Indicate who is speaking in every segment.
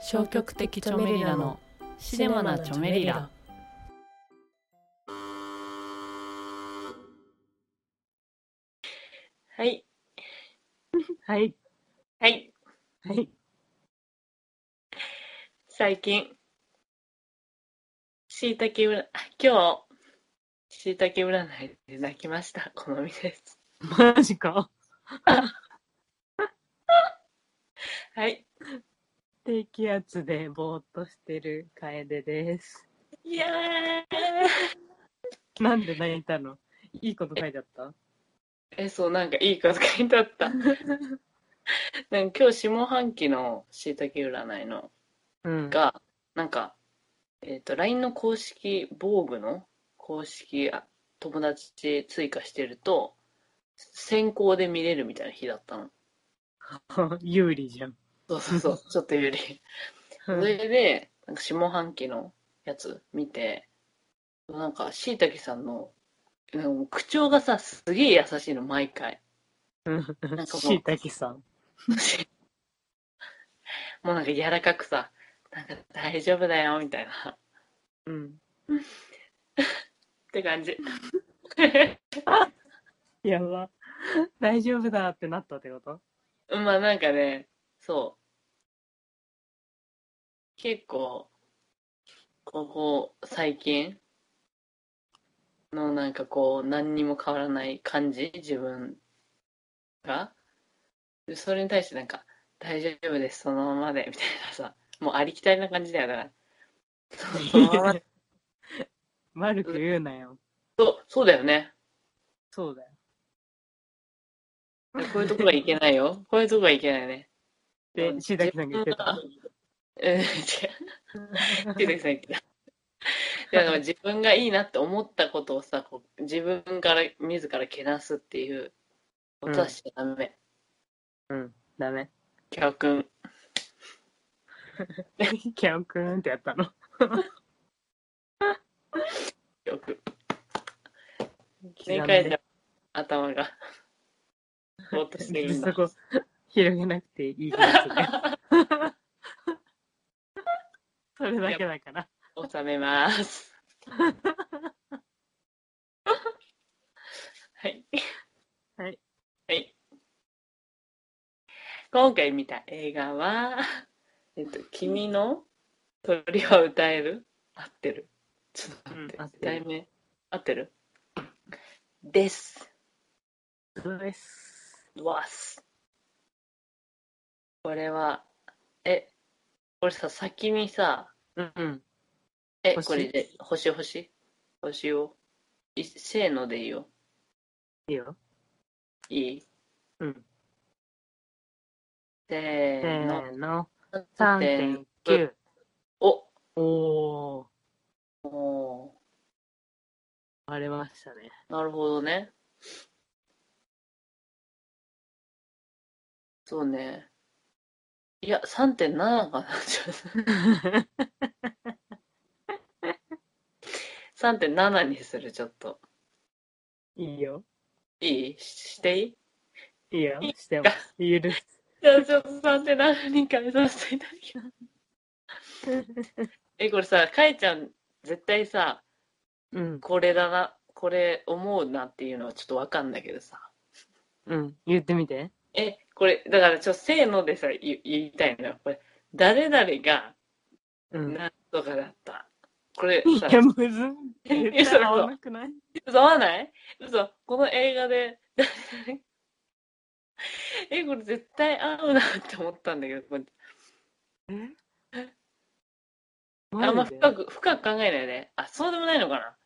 Speaker 1: 消極的チョメリラのシネマなチョメリラ
Speaker 2: はい。
Speaker 3: はい。
Speaker 2: はい。
Speaker 3: はい。
Speaker 2: 最近。しいたけ占、今日、しいたけ占いで泣きました。好みです。
Speaker 3: マジか。
Speaker 2: はい。
Speaker 3: 低気圧でぼーっとしてる楓です。
Speaker 2: いやー
Speaker 3: なんで泣いたのいいこと書いてあった
Speaker 2: え、そう、なんかいいこと書いてあ った。なんか今日下半期のしいたけ占いの
Speaker 3: うん。
Speaker 2: が、なんか、えっ、と、LINE の公式、防具の公式あ友達追加してると、先行で見れるみたいな日だったの。
Speaker 3: 有利じゃん。
Speaker 2: そうそうそう、ちょっとより。それで、なんか下半期のやつ見て、なんか、しいたけさんの、なんかもう口調がさ、すげえ優しいの、毎回。なんかもう
Speaker 3: しいたけさん。
Speaker 2: もうなんか柔らかくさ、なんか大丈夫だよ、みたいな。っ
Speaker 3: うん。
Speaker 2: て感じ。
Speaker 3: やば。大丈夫だってなったってこと
Speaker 2: まあなんかね、そう。結構、ここ最近のなんかこう、何にも変わらない感じ、自分が。でそれに対してなんか、大丈夫です、そのままで、みたいなさ、もうありきたりな感じだよ、だから。そのまま
Speaker 3: 悪く言うなよ。
Speaker 2: そう、そうだよね。
Speaker 3: そうだよ。
Speaker 2: こういうとこはいけないよ。こういうとこはいけないね。
Speaker 3: で、しいたけさんが言ってた。
Speaker 2: うん、違う。ひどいさん言ってた。い やでも自分がいいなって思ったことをさ、こう自分から自らけなすっていうことはしちゃダメ。
Speaker 3: うん。ダメ。
Speaker 2: 教訓。
Speaker 3: キャンくんってやったの。
Speaker 2: 教訓。
Speaker 3: んで
Speaker 2: 切り替えちゃう頭が。 ぼーっとしてるんだ
Speaker 3: そ。こ、広げなくていいや つね。それだけだから。
Speaker 2: 収め ます。はい。
Speaker 3: はい。
Speaker 2: はい。今回見た映画は、えっと、君の鳥は歌える合ってる。ちょっと待って、
Speaker 3: うん合ってる
Speaker 2: 題名合ってるです。
Speaker 3: そうです。
Speaker 2: わす。これは、え、これさ、先にさ、
Speaker 3: うんうん。
Speaker 2: え、
Speaker 3: 星
Speaker 2: これで、星星星を。いせーのでいいよ。
Speaker 3: いいよ。
Speaker 2: いい
Speaker 3: うん。
Speaker 2: せ
Speaker 3: せ
Speaker 2: ーの。
Speaker 3: ーの。
Speaker 2: 3.9
Speaker 3: 3.9。
Speaker 2: お
Speaker 3: おー、
Speaker 2: お
Speaker 3: 割れましたね。
Speaker 2: ーなるほどね。そうね。いや、3.7かな。 ちょっと3.7にする、ちょっと。
Speaker 3: いいよ。
Speaker 2: いいししてい
Speaker 3: い
Speaker 2: い
Speaker 3: いよ。してます。許す。
Speaker 2: じゃあちょっと3.7に変えさせていただきます。 え、これさ、かえちゃん、絶対さ、
Speaker 3: うん。
Speaker 2: これだな、これ思うなっていうのはちょっとわかんだけどさ。
Speaker 3: うん。言ってみて。
Speaker 2: え、これ、だからちょっとせーのでさ、言い言いたいのよ。これ、誰々が
Speaker 3: うん。
Speaker 2: なんとかだった。これ
Speaker 3: い
Speaker 2: さ、
Speaker 3: や、むずん。
Speaker 2: え
Speaker 3: 絶対合わなくない
Speaker 2: 嘘合わない嘘、この映画で、誰々え、これ絶対合うなって思ったんだけど、これあんま
Speaker 3: マジで
Speaker 2: 深く、深く考えないで。あ、そうでもないのかな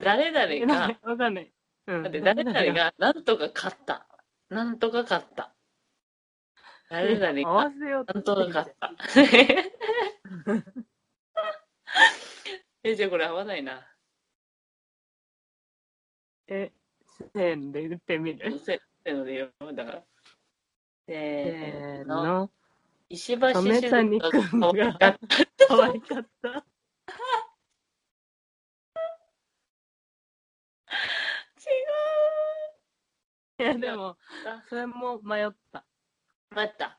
Speaker 2: 誰
Speaker 3: え
Speaker 2: 々
Speaker 3: なん
Speaker 2: が
Speaker 3: で、わかんない。うん
Speaker 2: だって誰々がなんとか勝った。なんとか勝った。誰々
Speaker 3: 合
Speaker 2: が
Speaker 3: わせよう
Speaker 2: なんとか勝 った。え、じゃあこれ合わないな。
Speaker 3: え、せーので言ってみる。
Speaker 2: せーのでよ、だから。せ
Speaker 3: せ
Speaker 2: ー
Speaker 3: ー
Speaker 2: の。
Speaker 3: の。
Speaker 2: 石橋静
Speaker 3: 亀
Speaker 2: 香
Speaker 3: 谷君が
Speaker 2: が勝った
Speaker 3: 可愛かった。いや、でも、それも迷った。
Speaker 2: 待った。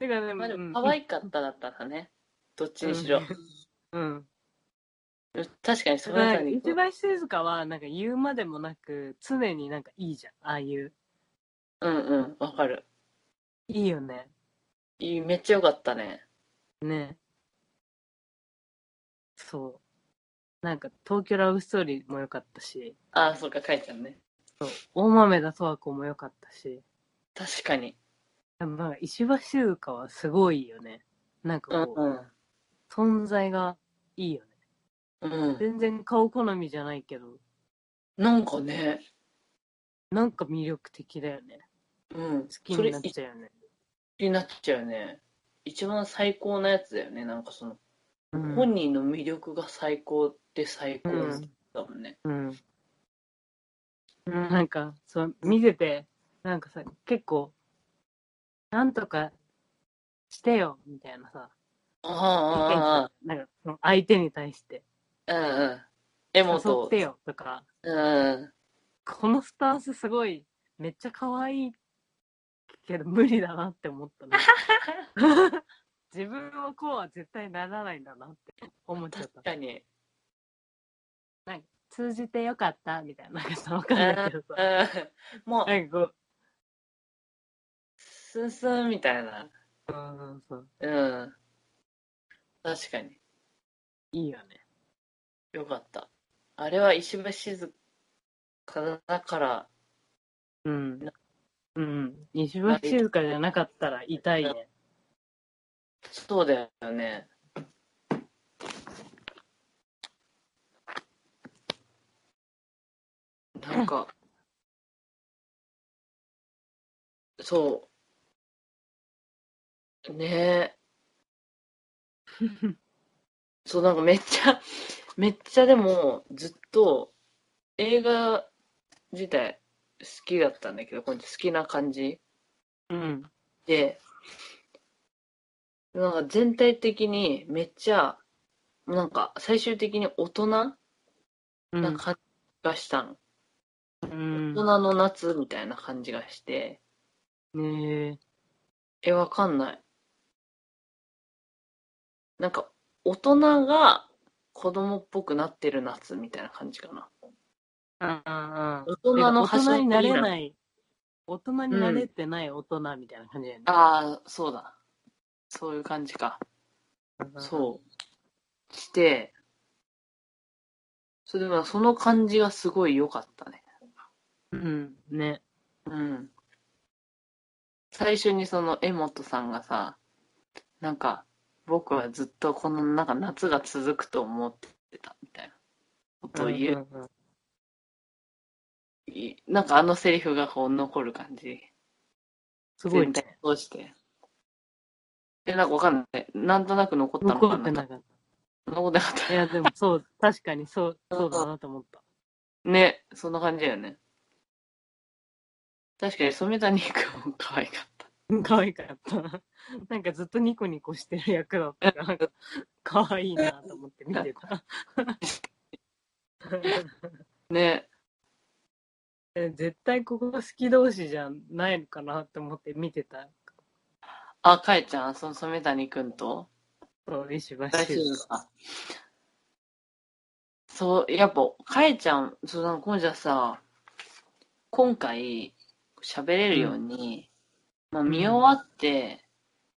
Speaker 3: てかでも、
Speaker 2: まあで
Speaker 3: うん
Speaker 2: も可愛かっただったらね、どっちにしろ。
Speaker 3: うん。
Speaker 2: 確かにそ
Speaker 3: だ
Speaker 2: の
Speaker 3: から
Speaker 2: 中にこ
Speaker 3: 一
Speaker 2: う、
Speaker 3: 番静かは、なんか言うまでもなく、常になんかいいじゃん。ああいう。
Speaker 2: うんうん、わかる。
Speaker 3: いいよね。
Speaker 2: いいめっちゃ良かったね。
Speaker 3: ね。そう。なんか、東京ラブストーリーも良かったし、
Speaker 2: ああ、そうか、かいちゃんね。
Speaker 3: そう大豆田十和子も良かったし、
Speaker 2: 確かに。
Speaker 3: でもなんか石橋優香はすごいよね。なん
Speaker 2: う
Speaker 3: かこ
Speaker 2: ん
Speaker 3: う、
Speaker 2: うん。
Speaker 3: 存在がいいよね。
Speaker 2: うん。
Speaker 3: 全然顔好みじゃないけど、
Speaker 2: なんかね、
Speaker 3: なんか魅力的だよね。
Speaker 2: うん。
Speaker 3: 好き
Speaker 2: それ
Speaker 3: になっ
Speaker 2: い
Speaker 3: ちゃうよね。
Speaker 2: になっちゃうね。一番最高なやつだよね。なんかその、
Speaker 3: うん
Speaker 2: 本人の魅力が最高って最高だもんね。
Speaker 3: うん。うんなんか、そう、見てて、なんかさ、結構、なんとかしてよ、みたいなさ、
Speaker 2: あ
Speaker 3: なんか、その相手に対して、
Speaker 2: あ、ああ、うんうん。エモ
Speaker 3: 誘
Speaker 2: と
Speaker 3: っ、てよ、とか、
Speaker 2: うん。
Speaker 3: このスタンスすごい、めっちゃ可愛いけど、無理だなって思ったね。自分はこうは絶対ならないんだなって思っちゃっ
Speaker 2: 確
Speaker 3: た。
Speaker 2: かに。
Speaker 3: 通じてよかった、みたいな、なんかさ、わ
Speaker 2: う
Speaker 3: かん
Speaker 2: ん
Speaker 3: ないけどさ、
Speaker 2: うんもう、
Speaker 3: なんかこう、
Speaker 2: スンスンみたいな。
Speaker 3: うん、そう、
Speaker 2: うん。確かに。
Speaker 3: いいよね。
Speaker 2: よかった。あれは石橋静香だから、
Speaker 3: うん。うん。石橋静香じゃなかったら痛いね。
Speaker 2: そうだよね。なんか、そう。ねえ。そう、なんかめっちゃ、めっちゃでも、ずっと、映画自体好きだったんだけど、この好きな感じ。
Speaker 3: うん。
Speaker 2: で、なんか全体的にめっちゃ、なんか最終的に大人な
Speaker 3: うん。
Speaker 2: 感じがしたの。
Speaker 3: うん
Speaker 2: 大人の夏みたいな感じがして、
Speaker 3: ね
Speaker 2: え、わかんない。なんか大人が子供っぽくなってる夏みたいな感じかな。
Speaker 3: え。うんうんうん。
Speaker 2: 大人の
Speaker 3: 大
Speaker 2: 端
Speaker 3: 人
Speaker 2: 折
Speaker 3: に
Speaker 2: り
Speaker 3: なれ
Speaker 2: な
Speaker 3: ない。大人になれてない大人みたいな感じだよね。
Speaker 2: ああ、そうだ。そういう感じか。そう。して、それでもその感じがすごい良かったね。
Speaker 3: う。うん。ね。
Speaker 2: うん。最初にその江本さんがさ、なんか、僕はずっとこのなんか夏が続くと思ってたみたいなことを言う。
Speaker 3: うんうん
Speaker 2: いなんかあのセリフがこう残る感じ。
Speaker 3: すごい
Speaker 2: 全
Speaker 3: ね。
Speaker 2: 体通して。え、なんかわかんない。なんとなく残ったの
Speaker 3: 残
Speaker 2: か
Speaker 3: って
Speaker 2: な。
Speaker 3: なかっ。
Speaker 2: 残ってなかった
Speaker 3: いや、でもそう、確かにそう、そうだなと思った。
Speaker 2: た。ね、そんな感じだよね。確かに染谷君も可愛かった。
Speaker 3: 可愛かった。 なんかずっとニコニコしてる役だったから、なんか、可愛いなと思って見て た。
Speaker 2: ね、
Speaker 3: え絶対ここが好き同士じゃないのかなって思って見てた。
Speaker 2: あ、かえちゃん、その染谷君と
Speaker 3: そう、石橋
Speaker 2: 大
Speaker 3: 静
Speaker 2: 丈
Speaker 3: 香
Speaker 2: 夫か。そう、やっぱ、かえちゃん、そうなんか、こうじゃさ、今回、喋れるように、まあ、
Speaker 3: ん
Speaker 2: 見終わって、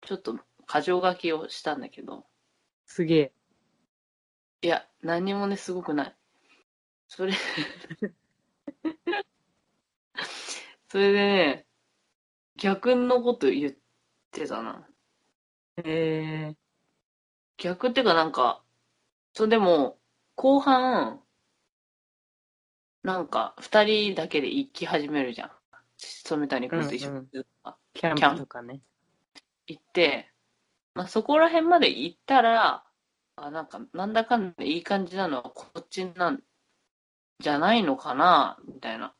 Speaker 2: ちょっと、箇条書きをしたんだけど、
Speaker 3: すげえ。
Speaker 2: いや、何もね、すごくない。それ、それでね、逆のこと言ってたな。
Speaker 3: え
Speaker 2: 逆っていうかなんか、そうでも、後半、なんか、二人だけで行き始めるじゃん。染谷君と一緒
Speaker 3: うんう
Speaker 2: に
Speaker 3: ん
Speaker 2: 行
Speaker 3: ー、キャンプとかね。
Speaker 2: って、まあ、そこら辺まで行ったら、あ、なんか、なんだかんだいい感じなのはこっちなんじゃないのかな、みたいな、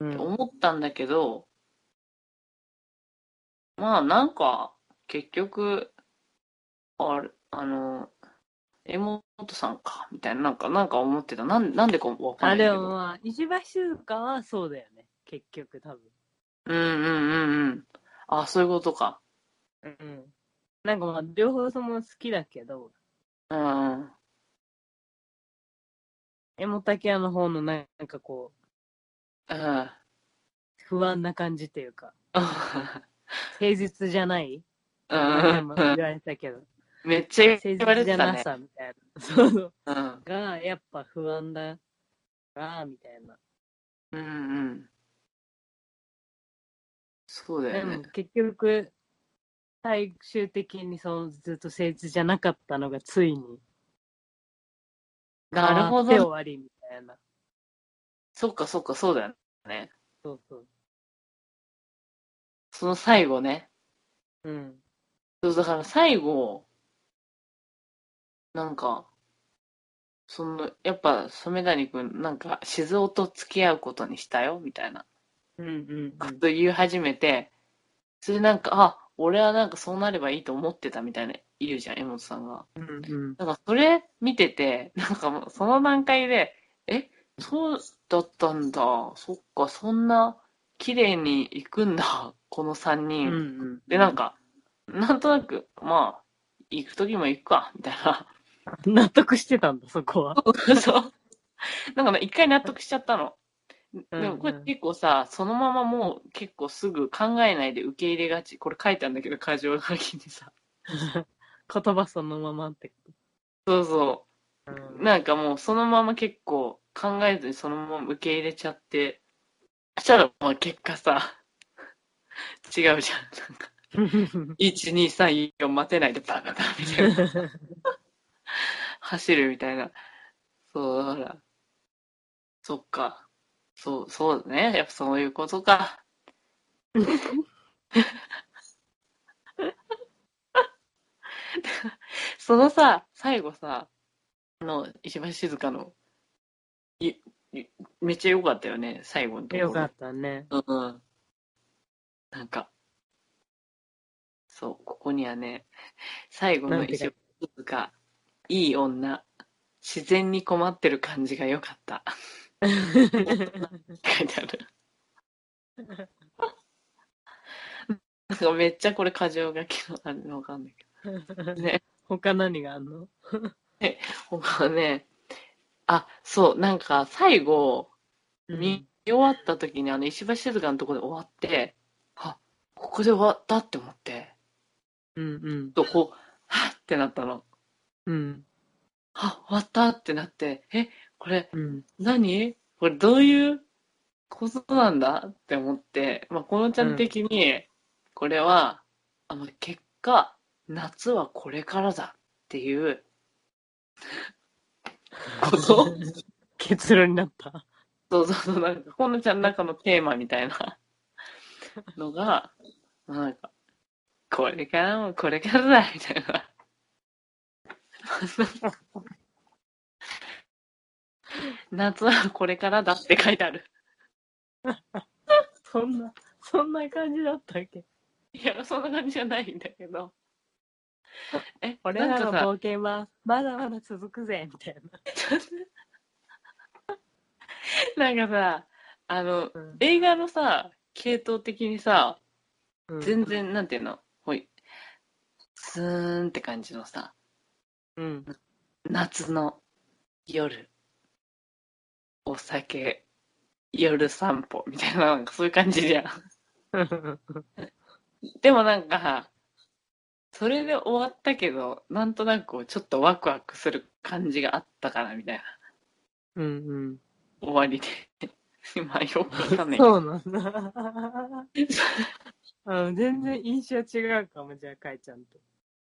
Speaker 3: うん、
Speaker 2: 思ったんだけど、まあ、なんか、結局、あれ、あの、江本さんか、みたいな、なんか、なんか思ってた。なんなんでかわか
Speaker 3: あ、
Speaker 2: んない
Speaker 3: で
Speaker 2: け
Speaker 3: も
Speaker 2: ど。
Speaker 3: まあ、石橋静香はそうだよね。結局多分。
Speaker 2: うんうんうんうん。あ、そういうことか。
Speaker 3: うん。なんかまあ、両方とも好きだけど、
Speaker 2: あ
Speaker 3: エモタケアの方のなんかこう、
Speaker 2: あ、あ
Speaker 3: 不安な感じっていうか、
Speaker 2: あ、
Speaker 3: 平日じゃない前も
Speaker 2: あ
Speaker 3: 言われたけ ど、
Speaker 2: あ、めっちゃ
Speaker 3: 平
Speaker 2: 言われ
Speaker 3: 日じ
Speaker 2: て
Speaker 3: ゃ
Speaker 2: た
Speaker 3: な
Speaker 2: ね。
Speaker 3: さみたいな。そうそう。
Speaker 2: うん、
Speaker 3: が、やっぱ不安だから、みたいな。
Speaker 2: うん、うん。そうだ
Speaker 3: で
Speaker 2: よね
Speaker 3: も。結局、最終的にそのずっと誠実じゃなかったのがついに
Speaker 2: なる
Speaker 3: 変わ
Speaker 2: ほど。
Speaker 3: って終わりみたいな。
Speaker 2: そっかそっか、そうだよね。
Speaker 3: そうそう。
Speaker 2: その最後ね。
Speaker 3: うん。
Speaker 2: そう、だから最後、なんか、その、やっぱ染谷くん、なんか、静雄と付き合うことにしたよ、みたいな、
Speaker 3: うんうん
Speaker 2: こと言い始めて、それなんか、あ、俺はなんかそうなればいいと思ってたみたいな、言うじゃん、江本さんが。
Speaker 3: うん。うんうん。
Speaker 2: なんか、それ見てて、なんかもう、その段階で、え、そうだったんだ、そっか、そんな、綺麗に行くんだ、この三
Speaker 3: う
Speaker 2: 人。
Speaker 3: んうん。
Speaker 2: で、なんか、なんとなく、まあ、行くときも行くか、みたい な。
Speaker 3: 納得してたんだ、そこは。
Speaker 2: そう。なんかね、一回納得しちゃったの。でもこれ
Speaker 3: うんうん
Speaker 2: 結構さ、そのままもう結構すぐ考えないで受け入れがち。これ書いたんだけど、過剰書きにさ。
Speaker 3: 言葉そのまま ってこ
Speaker 2: そうそ
Speaker 3: と。
Speaker 2: う。なんかもうそのまま結構考えずにそのまま受け入れちゃって。そしたら、まあ結果さ、 違うじゃん。なんか、1、2、3、4待てないでバカだ、みたいな。 走るみたいな。そう、だから。そっか。そう、そうだね。やっぱそういうことか。 そのさ、最後さ、あの、石橋静香の、いいめっちゃ良かったよね、最後のところ。
Speaker 3: よかったね。
Speaker 2: うん。なんか、そう、ここにはね、最後の
Speaker 3: なんて書
Speaker 2: 石
Speaker 3: い
Speaker 2: 橋静香、いい女、自然に困ってる感じが良かった。書いてある。なんかめっちゃこれ過剰書きのあれわかんないけど ね。
Speaker 3: 他何があんの
Speaker 2: 他はね、あ、そう、なんか最後、見終わった時にあの石橋静香のとこで終わって、あ、ここで終わったって思って、
Speaker 3: うんうん。
Speaker 2: とこう、はっってなったの。
Speaker 3: うん
Speaker 2: あ、終わったってなって、え、これ
Speaker 3: うん。
Speaker 2: 何これどういうことなんだって思って、まあ、このちゃん的に、これは、あの、結果、夏はこれからだっていう、 こと
Speaker 3: 結論になった。
Speaker 2: そうそうそう、なんか、このちゃんの中のテーマみたいなのが、まあなんか、これからもこれからだ、みたいな。 夏はこれからだって書いてある。
Speaker 3: そんな、そんな感じだったっけ
Speaker 2: いや、そんな感じじゃないんだけど。え、
Speaker 3: 俺
Speaker 2: な
Speaker 3: ら
Speaker 2: ん
Speaker 3: の
Speaker 2: かさ、
Speaker 3: 冒険はまだまだ続くぜ、みたいな。
Speaker 2: なんかさ、あの、
Speaker 3: うん
Speaker 2: 映画のさ、系統的にさ、全。然、なんていうの、ほい、スーンって感じのさ、
Speaker 3: うん。
Speaker 2: 夏の夜、お酒、夜散歩みたいな、なんかそういう感じじゃん。でもなんか、それで終わったけど、なんとなくこうちょっとワクワクする感じがあったかな、みたいな。
Speaker 3: うん
Speaker 2: 終わりで。 まあ、よくわかん
Speaker 3: う。
Speaker 2: なんいけど。
Speaker 3: そうなんだ。うん全然印象違うかも、じゃあ、かいちゃんと。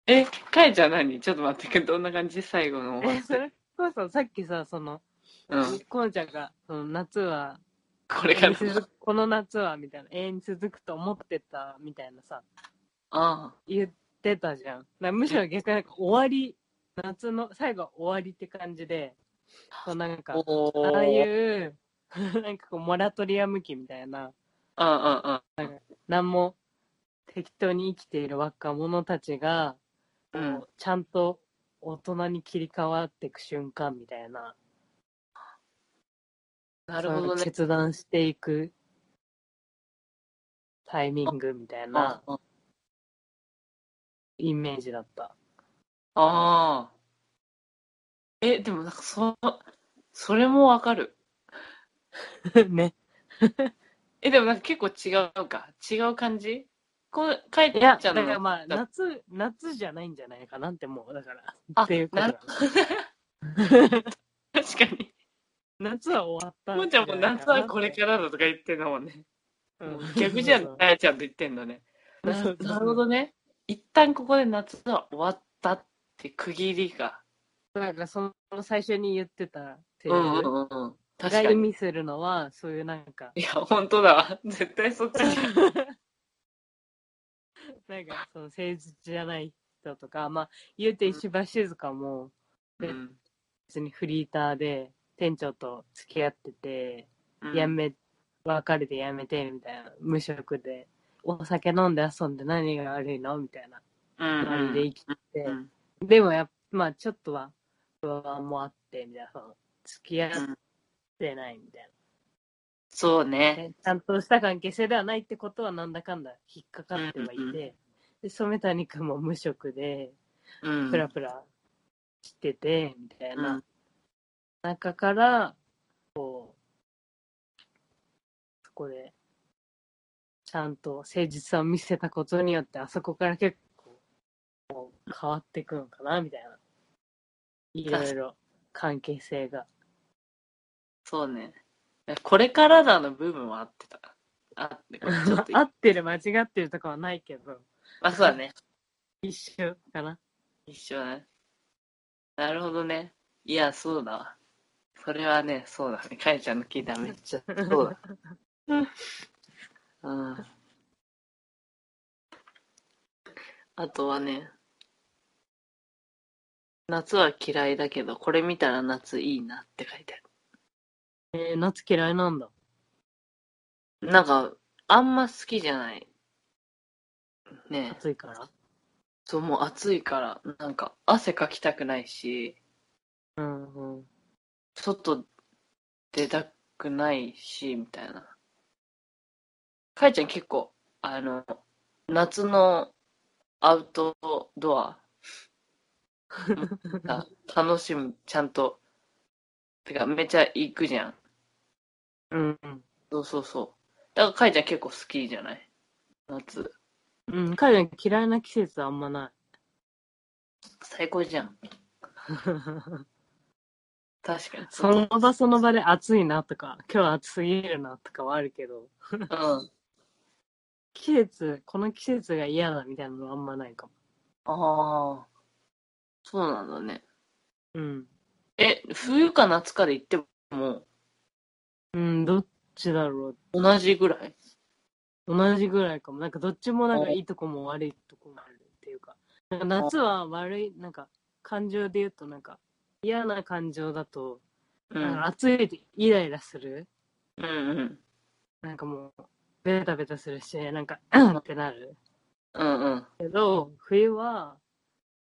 Speaker 2: え、かえちゃん何ちょっと待って、どんな感じ最後の終わ
Speaker 3: え、
Speaker 2: り
Speaker 3: それこそさっきさ、その、
Speaker 2: うん。
Speaker 3: このちゃんが、その夏は、
Speaker 2: これから。
Speaker 3: この夏は、みたいな、永遠に続くと思ってた、みたいなさ、
Speaker 2: あ
Speaker 3: 言ってたじゃん。だからむしろ逆になんか終わり、夏の、最後は終わりって感じで、そうなん
Speaker 2: あ。
Speaker 3: か、
Speaker 2: おー。
Speaker 3: ああ
Speaker 2: う。
Speaker 3: いう、 なんかこう、モラトリアム期みたいな、
Speaker 2: うんうんうん。
Speaker 3: 何も適当に生きている若者たちが、こう
Speaker 2: うん
Speaker 3: ちゃんと大人に切り替わっていく瞬間みたいな、
Speaker 2: なるほど
Speaker 3: そう
Speaker 2: ね。
Speaker 3: 決断していくタイミングみたいな、
Speaker 2: うんうん
Speaker 3: イメージだった。
Speaker 2: ああ。え、でもなんかそ、それもわかる。
Speaker 3: ね。
Speaker 2: え、でもなんか結構違うか。違う感じこう、帰っ
Speaker 3: い
Speaker 2: ち
Speaker 3: や、
Speaker 2: ゃう
Speaker 3: だか
Speaker 2: の
Speaker 3: らまあ、
Speaker 2: だ
Speaker 3: 夏、夏じゃないんじゃないかなってもう、だから。
Speaker 2: あ
Speaker 3: っていうこと
Speaker 2: な
Speaker 3: な
Speaker 2: る
Speaker 3: の
Speaker 2: 確かに。
Speaker 3: 夏は終わった。
Speaker 2: もーちゃんも夏はこれからだとか言ってんだもんね。
Speaker 3: ら
Speaker 2: 逆じゃん、あ
Speaker 3: い。
Speaker 2: やちゃんと言ってんのね。
Speaker 3: そう
Speaker 2: な
Speaker 3: そうそう
Speaker 2: なるほどね。一旦ここで夏は終わったって区切りか。
Speaker 3: なんかその最初に言ってたセ
Speaker 2: う
Speaker 3: リ
Speaker 2: んうん
Speaker 3: フ
Speaker 2: うんうん。確
Speaker 3: が
Speaker 2: か
Speaker 3: 意
Speaker 2: に。
Speaker 3: 味するのは、そういうなんか、
Speaker 2: いや、本当だわ。 絶対そっちじゃん。
Speaker 3: なんかその政治じゃない人とか、まあ、言うて石橋静香も
Speaker 2: うん
Speaker 3: 別にフリーターで、店長と付き合ってて、
Speaker 2: うん
Speaker 3: やめ、別れてやめてみたいな、無職で、お酒飲んで遊んで何が悪いのみたいな
Speaker 2: うんうん
Speaker 3: 感じで生きて、
Speaker 2: うん
Speaker 3: でもやっぱ、まあちょっとは不安もあって、みたいな、その付き合ってないみたいな。
Speaker 2: そうね。
Speaker 3: ねちゃんとした関係性ではないってことはなんだかんだ引っかかってはいて、
Speaker 2: うんうんうん
Speaker 3: で染谷君も無職で
Speaker 2: うん
Speaker 3: プラプラしてて、みたい
Speaker 2: うん
Speaker 3: な中からこうそこでちゃんと誠実さを見せたことによってあそこから結構こう変わっていくのかなみたいないろいろ関係性が
Speaker 2: そうね。これからだの部分は合ってた。あって、 ちょっと。
Speaker 3: 合ってる間違ってるとかはないけど
Speaker 2: あ、そうだね。
Speaker 3: 一緒かな。
Speaker 2: 一緒だね。なるほどね。いや、そうだわ。それはね、そうだね。かえちゃんの聞いたらめっちゃ、そうだ。 うん。あとはね、夏は嫌いだけど、これ見たら夏いいなって書いてある。
Speaker 3: えー、夏嫌いなんだ。
Speaker 2: なんか、あんま好きじゃない。ねえ
Speaker 3: 暑いから。
Speaker 2: そう、もう暑いから、なんか、汗かきたくないし、
Speaker 3: うんうん。
Speaker 2: 外出たくないし、みたいな。かえちゃん結構、あの、夏のアウトドア、あ楽しむ、ちゃんと。てか、めちゃ行くじゃん。
Speaker 3: うんうん。
Speaker 2: そうそうそう。だから、かえちゃん結構好きじゃない夏。
Speaker 3: うん、彼ら嫌いな季節はあんまない。
Speaker 2: 最高じゃん。確かに。
Speaker 3: その場その場で暑いなとか、今日は暑すぎるなとかはあるけど、
Speaker 2: うん。
Speaker 3: 季節、この季節が嫌だみたいなのはあんまないかも。
Speaker 2: ああ、そうなんだね。
Speaker 3: うん。
Speaker 2: え、冬か夏かで言っても
Speaker 3: うん、どっちだろう。
Speaker 2: 同じぐらい
Speaker 3: 同じぐらいかも。なんかどっちもなんかいいとこも悪いとこもあるっていうか。なんか夏は悪い、なんか感情で言うとなんか嫌な感情だと、
Speaker 2: う
Speaker 3: なんか
Speaker 2: ん。
Speaker 3: 暑いとイライラする。
Speaker 2: うんうん。
Speaker 3: なんかもう、ベタベタするし、なんか、うんってなる。
Speaker 2: うんうん。
Speaker 3: けど、冬は、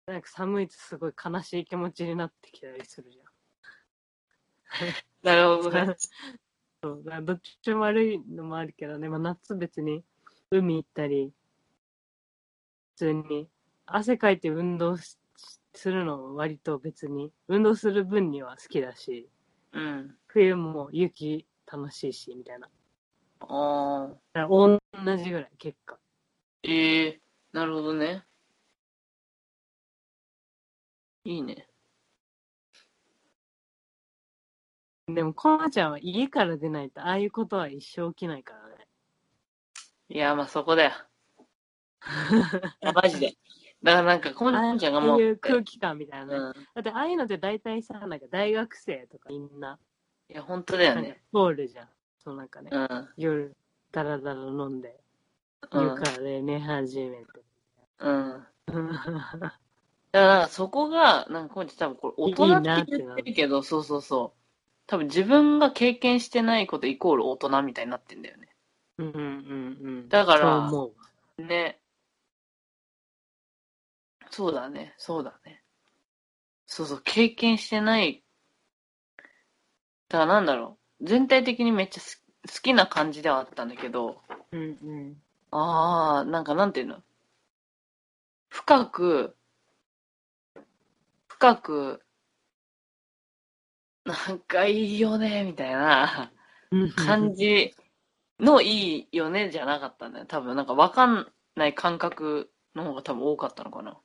Speaker 3: なんか寒いとすごい悲しい気持ちになってきたりするじ
Speaker 2: なる
Speaker 3: ゃ
Speaker 2: ほど
Speaker 3: ん。
Speaker 2: ね。
Speaker 3: そう、だからどっちも悪いのもあるけどね、まあ、夏別に海行ったり、普通に汗かいて運動しするのも割と別に、運動する分には好きだし、
Speaker 2: うん。
Speaker 3: 冬も雪楽しいし、みたいな。
Speaker 2: ああ、
Speaker 3: だから同じぐらい、結果。
Speaker 2: ええなるほどね。いいね。
Speaker 3: でも、コマちゃんは家から出ないと、ああいうことは一生起きないからね。
Speaker 2: いや、まあそ こだよ。いやマジで。だからなんか、こ
Speaker 3: あ
Speaker 2: んちゃんがも
Speaker 3: あいう
Speaker 2: う、
Speaker 3: 空気感みたいなね、
Speaker 2: うん。
Speaker 3: だって、ああいうのって大体さ、なんか大学生とかみんな、
Speaker 2: いや、本当だよ
Speaker 3: なんか
Speaker 2: ね。
Speaker 3: 通るじゃん。そうなんかね、
Speaker 2: うん。
Speaker 3: 夜、だらだら飲んで、
Speaker 2: う
Speaker 3: 床
Speaker 2: ん。
Speaker 3: で寝始めて。
Speaker 2: うん。だからなんかそこが、なんかこうやって多分これ
Speaker 3: いい
Speaker 2: 大
Speaker 3: なっ
Speaker 2: 人って
Speaker 3: て
Speaker 2: 言
Speaker 3: な
Speaker 2: っ
Speaker 3: る
Speaker 2: てるけど、そうそうそう。多分自分が経験してないことイコール大人みたいになってんだよね。
Speaker 3: うんうんうん。
Speaker 2: だから
Speaker 3: そう思うわ。
Speaker 2: ね。そうだね、そうだね。そうそう、経験してない。だからなんだろう。全体的にめっちゃす好きな感じではあったんだけど、
Speaker 3: うんうん。
Speaker 2: ああ、なんかなんていうの深く、深く、なんかいいよね、みたいな感じのいいよねじゃなかったんだよ。多分、なんかわかんない感覚の方が多分多かったのかな。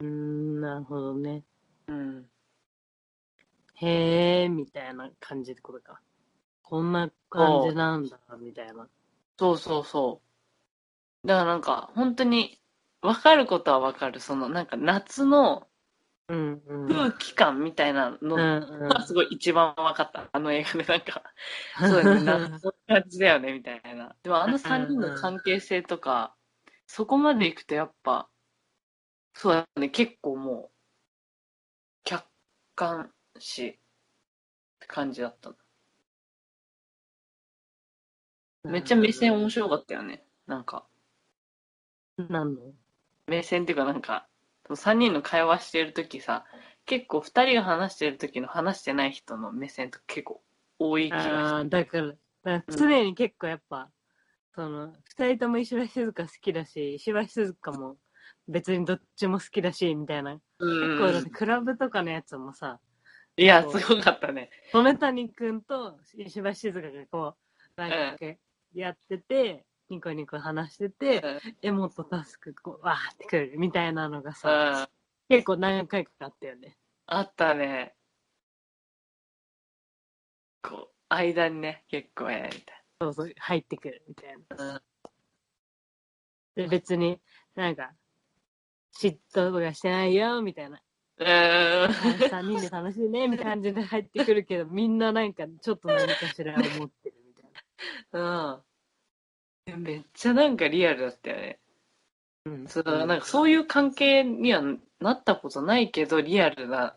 Speaker 3: うん、なるほどね。
Speaker 2: うん。
Speaker 3: へえ、みたいな感じってことか。こんな感じなんだ、みたいな。
Speaker 2: そうそうそう。だからなんか、本当に、わかることはわかる。その、なんか夏の
Speaker 3: うん、うん。うん、
Speaker 2: 空気感みたいなの
Speaker 3: うん。
Speaker 2: がすごい一番わかった。あの映画でなんか、そうだね、夏の感じだよね、みたいな。でもあの3人の関係性とか、そこまで行くとやっぱ、そうだね、結構もう、客観視って感じだった。めっちゃ目線面白かったよね。なんか、
Speaker 3: なんの
Speaker 2: 目線っていうかなんか、3人の会話してるときさ、結構2人が話してるときの話してない人の目線とか結構多い気がした。
Speaker 3: ああ、だから、だから常に結構やっぱ、その、二人とも石橋静香好きだし、石橋静香も別にどっちも好きだし、みたいな。
Speaker 2: うん
Speaker 3: こうだってクラブとかのやつもさ、
Speaker 2: いや、すごかったね。
Speaker 3: 染谷くんと石橋静香がこう、なんかやってて、ニコニコ話してて、エモとタスクこう、わーってくるみたいなのが
Speaker 2: うん
Speaker 3: さ、結構何回かあったよね。
Speaker 2: あったね。こう、間にね、結構ええ、みたい
Speaker 3: そうそう、入ってくるみたいな。
Speaker 2: な。
Speaker 3: で別になんか嫉妬とかしてないよみたいな
Speaker 2: うーん。
Speaker 3: 3人で楽しいねみたいな感じで入ってくるけどみんななんかちょっと何かしら思ってるみたい
Speaker 2: うん。めっちゃなんかリアルだったよね。
Speaker 3: な。うん
Speaker 2: そう、なんかそういう関係にはなったことないけど、リアルな、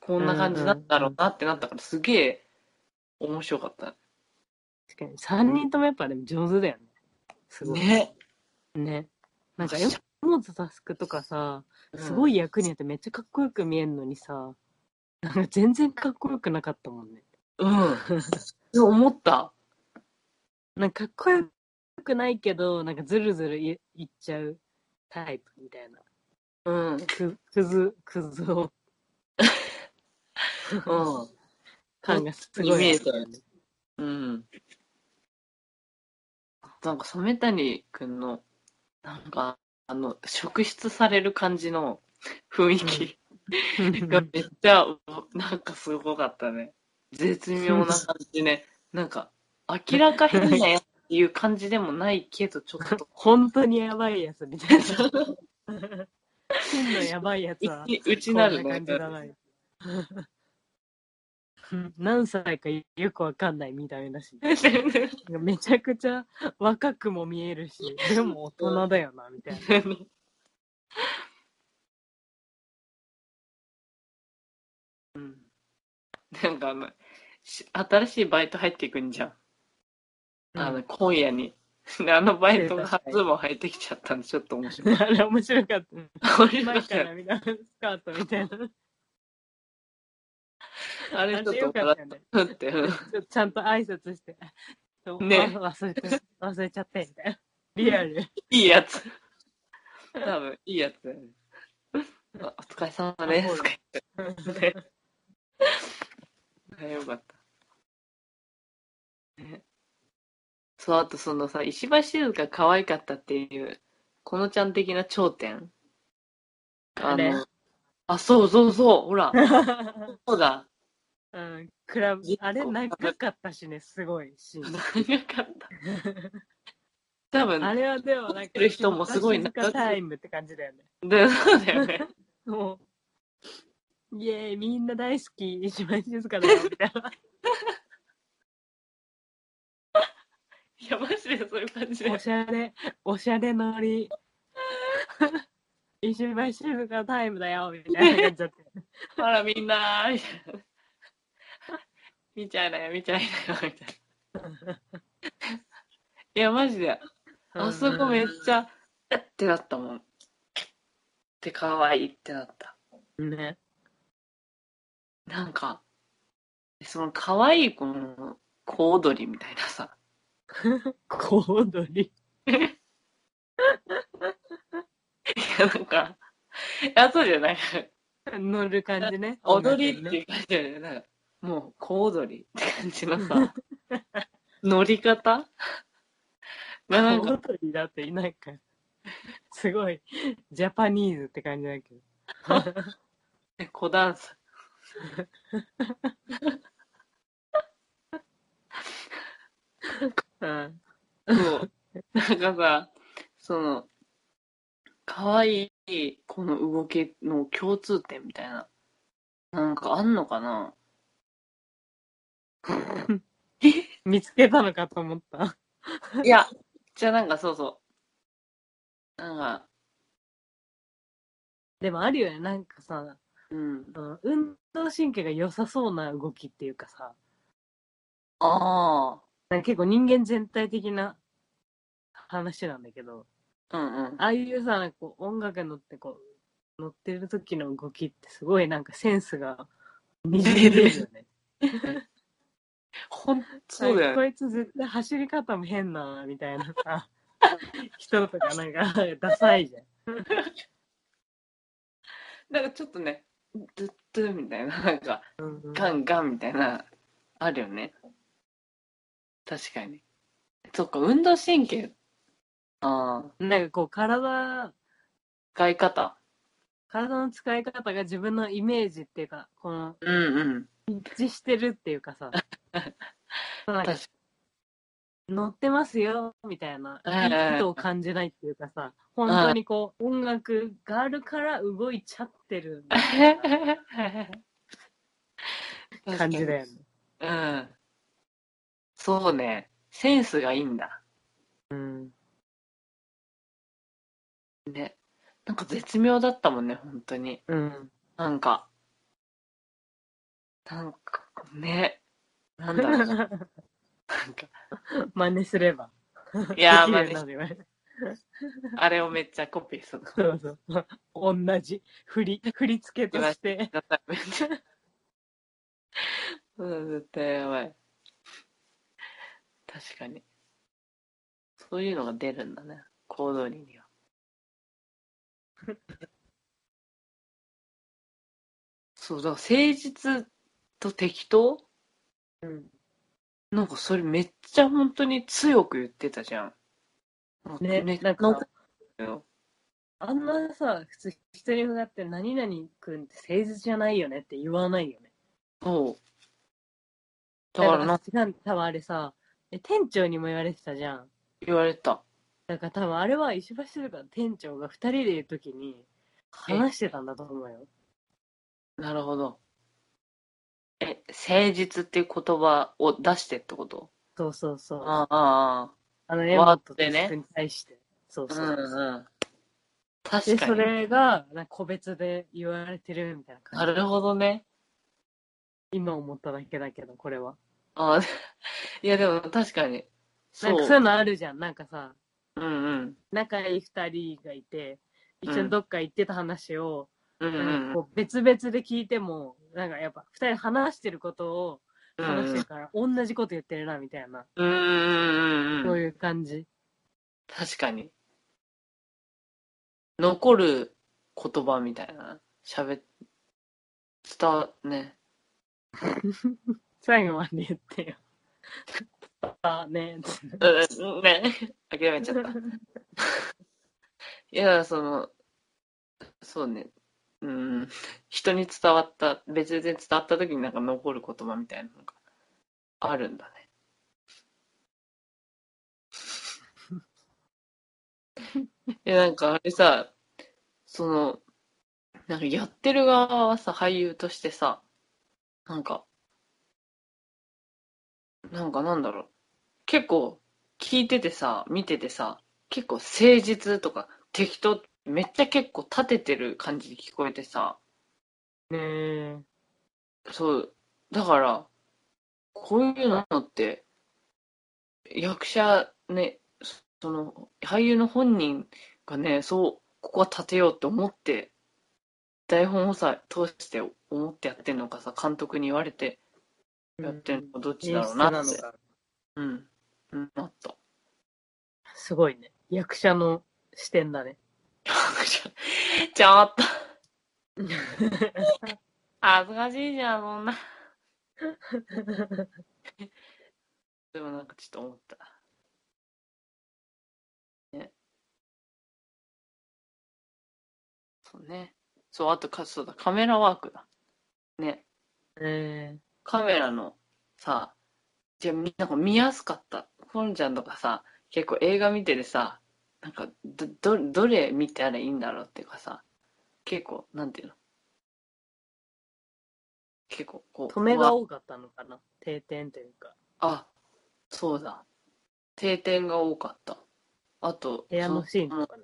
Speaker 2: こんな感じなんだろうなってなったから、すげえ面白かった。
Speaker 3: 確かに3人ともやっぱでも上手だよね。すごい。ね。
Speaker 2: ね。
Speaker 3: なんかよくモとタスクとかさすご
Speaker 2: い。
Speaker 3: い役によってめっちゃかっこよく見えるのにさなんか全然かっこよくなかったもんね。
Speaker 2: うん。そう思った。
Speaker 3: なんかかっこよくないけどなんかズルズルいいっちゃうタイプみたいな。
Speaker 2: うん。うん。
Speaker 3: くくずくずを感がすごい。
Speaker 2: イメージだよねうん。なんか染谷くんの、なんか、あの、職質される感じの雰囲気がめっちゃ、なんかすごかったね。絶妙な感じね。なんか、明らか変なやつっていう感じでもないけど、 ちょっと、
Speaker 3: 本当にやばいやつみたいな。真のやばいやつは。
Speaker 2: うちなる
Speaker 3: こんな感。
Speaker 2: ね
Speaker 3: じだな。何歳かよくわかんない見た目だし。 めちゃくちゃ若くも見えるし、でも大人だよな、みたいな。
Speaker 2: うん。なんかあの、し新しいバイト入っていくんじゃん。あの、今夜に。であのバイトが初も入ってきちゃったんで、ちょっと 面白い。
Speaker 3: あれ面白かった。
Speaker 2: 俺
Speaker 3: 前
Speaker 2: だ
Speaker 3: か
Speaker 2: から
Speaker 3: みんなスカートみたいな。
Speaker 2: らあ
Speaker 3: あ
Speaker 2: れちょっ
Speaker 3: れ
Speaker 2: と
Speaker 3: よか
Speaker 2: 笑
Speaker 3: っ
Speaker 2: っ
Speaker 3: よ
Speaker 2: た
Speaker 3: ね。
Speaker 2: たって。うん
Speaker 3: ちょちゃんと挨拶して。
Speaker 2: ね
Speaker 3: 忘れて、忘れちゃって、みたいな。リアル。
Speaker 2: いいやつ。多分、いいやつだよね。あお疲れ様です。とか言ってねよかった。ねそう、あとそのさ、石橋静香可愛かったっていう、このちゃん的な頂点。あ
Speaker 3: あれ
Speaker 2: の、あ、そうそうそう、ほら、そうだ。
Speaker 3: うん、クラブ、あれ長かったしね、すごいシーン。
Speaker 2: 長かった。 多分、
Speaker 3: あれはでもなんか、
Speaker 2: 撮ってる人もすごい
Speaker 3: 静
Speaker 2: 長
Speaker 3: か
Speaker 2: く
Speaker 3: タイムって感じだよね。
Speaker 2: でそうだよね。
Speaker 3: もう、イエーイ、みんな大好き、一番静かだよ、みたいな。
Speaker 2: いや、マジでそういう感じで
Speaker 3: お。しゃ れ、おしゃれ乗り。 一番静かタイムだよ、みたいな感じだったよね。
Speaker 2: ほら、みんなーみたいな。見ちゃいなよ、見ちゃいなよ、みたいな。いや、マジで。 あそこめっちゃ、えってなったもん。って可愛いってなった。
Speaker 3: ね。
Speaker 2: なんか、その可愛い子の小踊りみたいなさ。
Speaker 3: 小踊り。
Speaker 2: いなんか、いや、そうじゃない。
Speaker 3: 乗る感じね。
Speaker 2: 踊りって
Speaker 3: ね。
Speaker 2: いう感じだよね。なんかもう、小踊りって感じのさ、乗り方がなんか、
Speaker 3: 踊りだっていないから。すごい、ジャパニーズって感じだけ ど。
Speaker 2: 小ダンス。
Speaker 3: うん。
Speaker 2: そう。なんかさ、その、可愛いこの動きの共通点みたいな、なんかあんのかな
Speaker 3: 見つけたのかと思った。
Speaker 2: いや、じゃあなんかそうそう。なんか、
Speaker 3: でもあるよね、なんかさ、
Speaker 2: うん。
Speaker 3: その運動神経が良さそうな動きっていうかさ、
Speaker 2: あ
Speaker 3: なんか結構人間全体的な話なんだけど、
Speaker 2: あ、うんうん。
Speaker 3: ああいうさ、なんかこう音楽に乗ってこう、乗ってる時の動きってすごいなんかセンスがにじみ出るよね。
Speaker 2: ほん、 そうだよ
Speaker 3: こ
Speaker 2: ね。
Speaker 3: いつ絶対走り方も変だな、みたいな さ、人とかなんかダサいじゃん。
Speaker 2: なんかちょっとね、ずっとみたいな、なんか、
Speaker 3: うんうん
Speaker 2: ガンガンみたいな、あるよね。確かに。そっか、運動神経。ああ、
Speaker 3: なんかこう体、
Speaker 2: 使い方。
Speaker 3: 体の使い方が自分のイメージっていうか、この
Speaker 2: うんうん。
Speaker 3: 一致してるっていうか さ、そうなんか
Speaker 2: 確か
Speaker 3: 乗ってますよみたいな
Speaker 2: はいはいはい
Speaker 3: 意図を感じないっていうかさ本当にこう音楽があるから動いちゃってる
Speaker 2: に。
Speaker 3: 感じだよね。
Speaker 2: うん。そうね。センスがいいんだ。
Speaker 3: うん、
Speaker 2: ね。なんか絶妙だったもんね、本当に。
Speaker 3: うん、
Speaker 2: なんか。なんか、ね。なんだろう。な んか。
Speaker 3: 真似すれば
Speaker 2: いやー、
Speaker 3: でき
Speaker 2: まあ
Speaker 3: るようにな
Speaker 2: ね
Speaker 3: るよね
Speaker 2: あれをめっちゃコピーする。
Speaker 3: そうそう同じ振り振り付けとして
Speaker 2: やっためっちゃ。うん、絶対やばい。確かに。そういうのが出るんだね。行動に には。そう、だから誠実と適当
Speaker 3: うん
Speaker 2: なんかそれめっちゃ本当に強く言ってたじゃん。
Speaker 3: ね
Speaker 2: めっち
Speaker 3: な
Speaker 2: ゃ
Speaker 3: んか
Speaker 2: よ
Speaker 3: あんなさ普通人に向かって「何々くんって誠実じゃないよね」って言わないよね
Speaker 2: そう。だからなんか
Speaker 3: だから多分あれさえ店長にも言われてたじゃん
Speaker 2: 言われた。
Speaker 3: だから多分あれは石橋静香店長が2人でいる時に話してたんだと思うよ。
Speaker 2: なるほど。え、誠実っていう言葉を出してってこと
Speaker 3: そうそうそう。あ
Speaker 2: ああ、
Speaker 3: の、
Speaker 2: ー
Speaker 3: エマ
Speaker 2: っ
Speaker 3: と
Speaker 2: てね
Speaker 3: に対して。そう
Speaker 2: ああ、
Speaker 3: そうう。
Speaker 2: んうん。確
Speaker 3: で、
Speaker 2: か
Speaker 3: そ
Speaker 2: に。
Speaker 3: れが、なんか個別で言われてるみたいな
Speaker 2: な
Speaker 3: 感じ。
Speaker 2: るほどね。
Speaker 3: 今思っただけだけど、これは。
Speaker 2: ああ、 いやでも確かに。
Speaker 3: なんかそういうのあるじゃん。なんかさ、
Speaker 2: うんうん。
Speaker 3: 仲いい2人がいて、一
Speaker 2: う
Speaker 3: 緒
Speaker 2: ん
Speaker 3: にどっか行ってた話を、
Speaker 2: うんう
Speaker 3: なん
Speaker 2: ん
Speaker 3: かこう別々で聞いても、なんかやっぱ2人話してることを
Speaker 2: うん。
Speaker 3: 話してるから、同じこと言ってるな、みたいな、
Speaker 2: うんうんうん。
Speaker 3: そううんいう感じ。
Speaker 2: 確かに。残る言葉みたいな。喋っ、伝わ、ね。
Speaker 3: 最後まで言ってよ。あね
Speaker 2: うん、ね。 諦めちゃった。いや、その、そうね、うん、 人に伝わった、別で伝わった時になんか残る言葉みたいなのがあるんだね。いや、なんかあれさ、その、なんかやってる側はさ、俳優としてさ、なんか、なんかなんだろう、結構聞いててさ、見ててさ、結構誠実とか適当めっちゃ結構立ててる感じに聞こえてさ
Speaker 3: ねえ。
Speaker 2: そうだからこういうのって役者ねそその俳優の本人がねそうここは立てようって思って台本をさ通して思ってやってんのかさ監督に言われてやってんのかどっちだろうな
Speaker 3: 演
Speaker 2: っ
Speaker 3: 出
Speaker 2: て
Speaker 3: か
Speaker 2: うん、うん、なった
Speaker 3: すごいね。役者の視点だね。
Speaker 2: ちょ ちょっと。恥ずかしいじゃん、そんな。でもなんかちょっと思った。ね。そうね。そう、あとか、そうだ、カメラワークだ。ね。
Speaker 3: え
Speaker 2: カメラのさ、じゃあみんなこう見やすかった。コンちゃんとかさ、結構映画見ててさ、なんかど、ど、どれ見たらいいんだろうっていうかさ、結構、なんていうの結構、こ
Speaker 3: ー
Speaker 2: う。
Speaker 3: 止めが
Speaker 2: わ
Speaker 3: 多かったのかな定点というか
Speaker 2: あ、そうだ。定点が多かった。あと、
Speaker 3: 部屋のシーン
Speaker 2: その
Speaker 3: とかね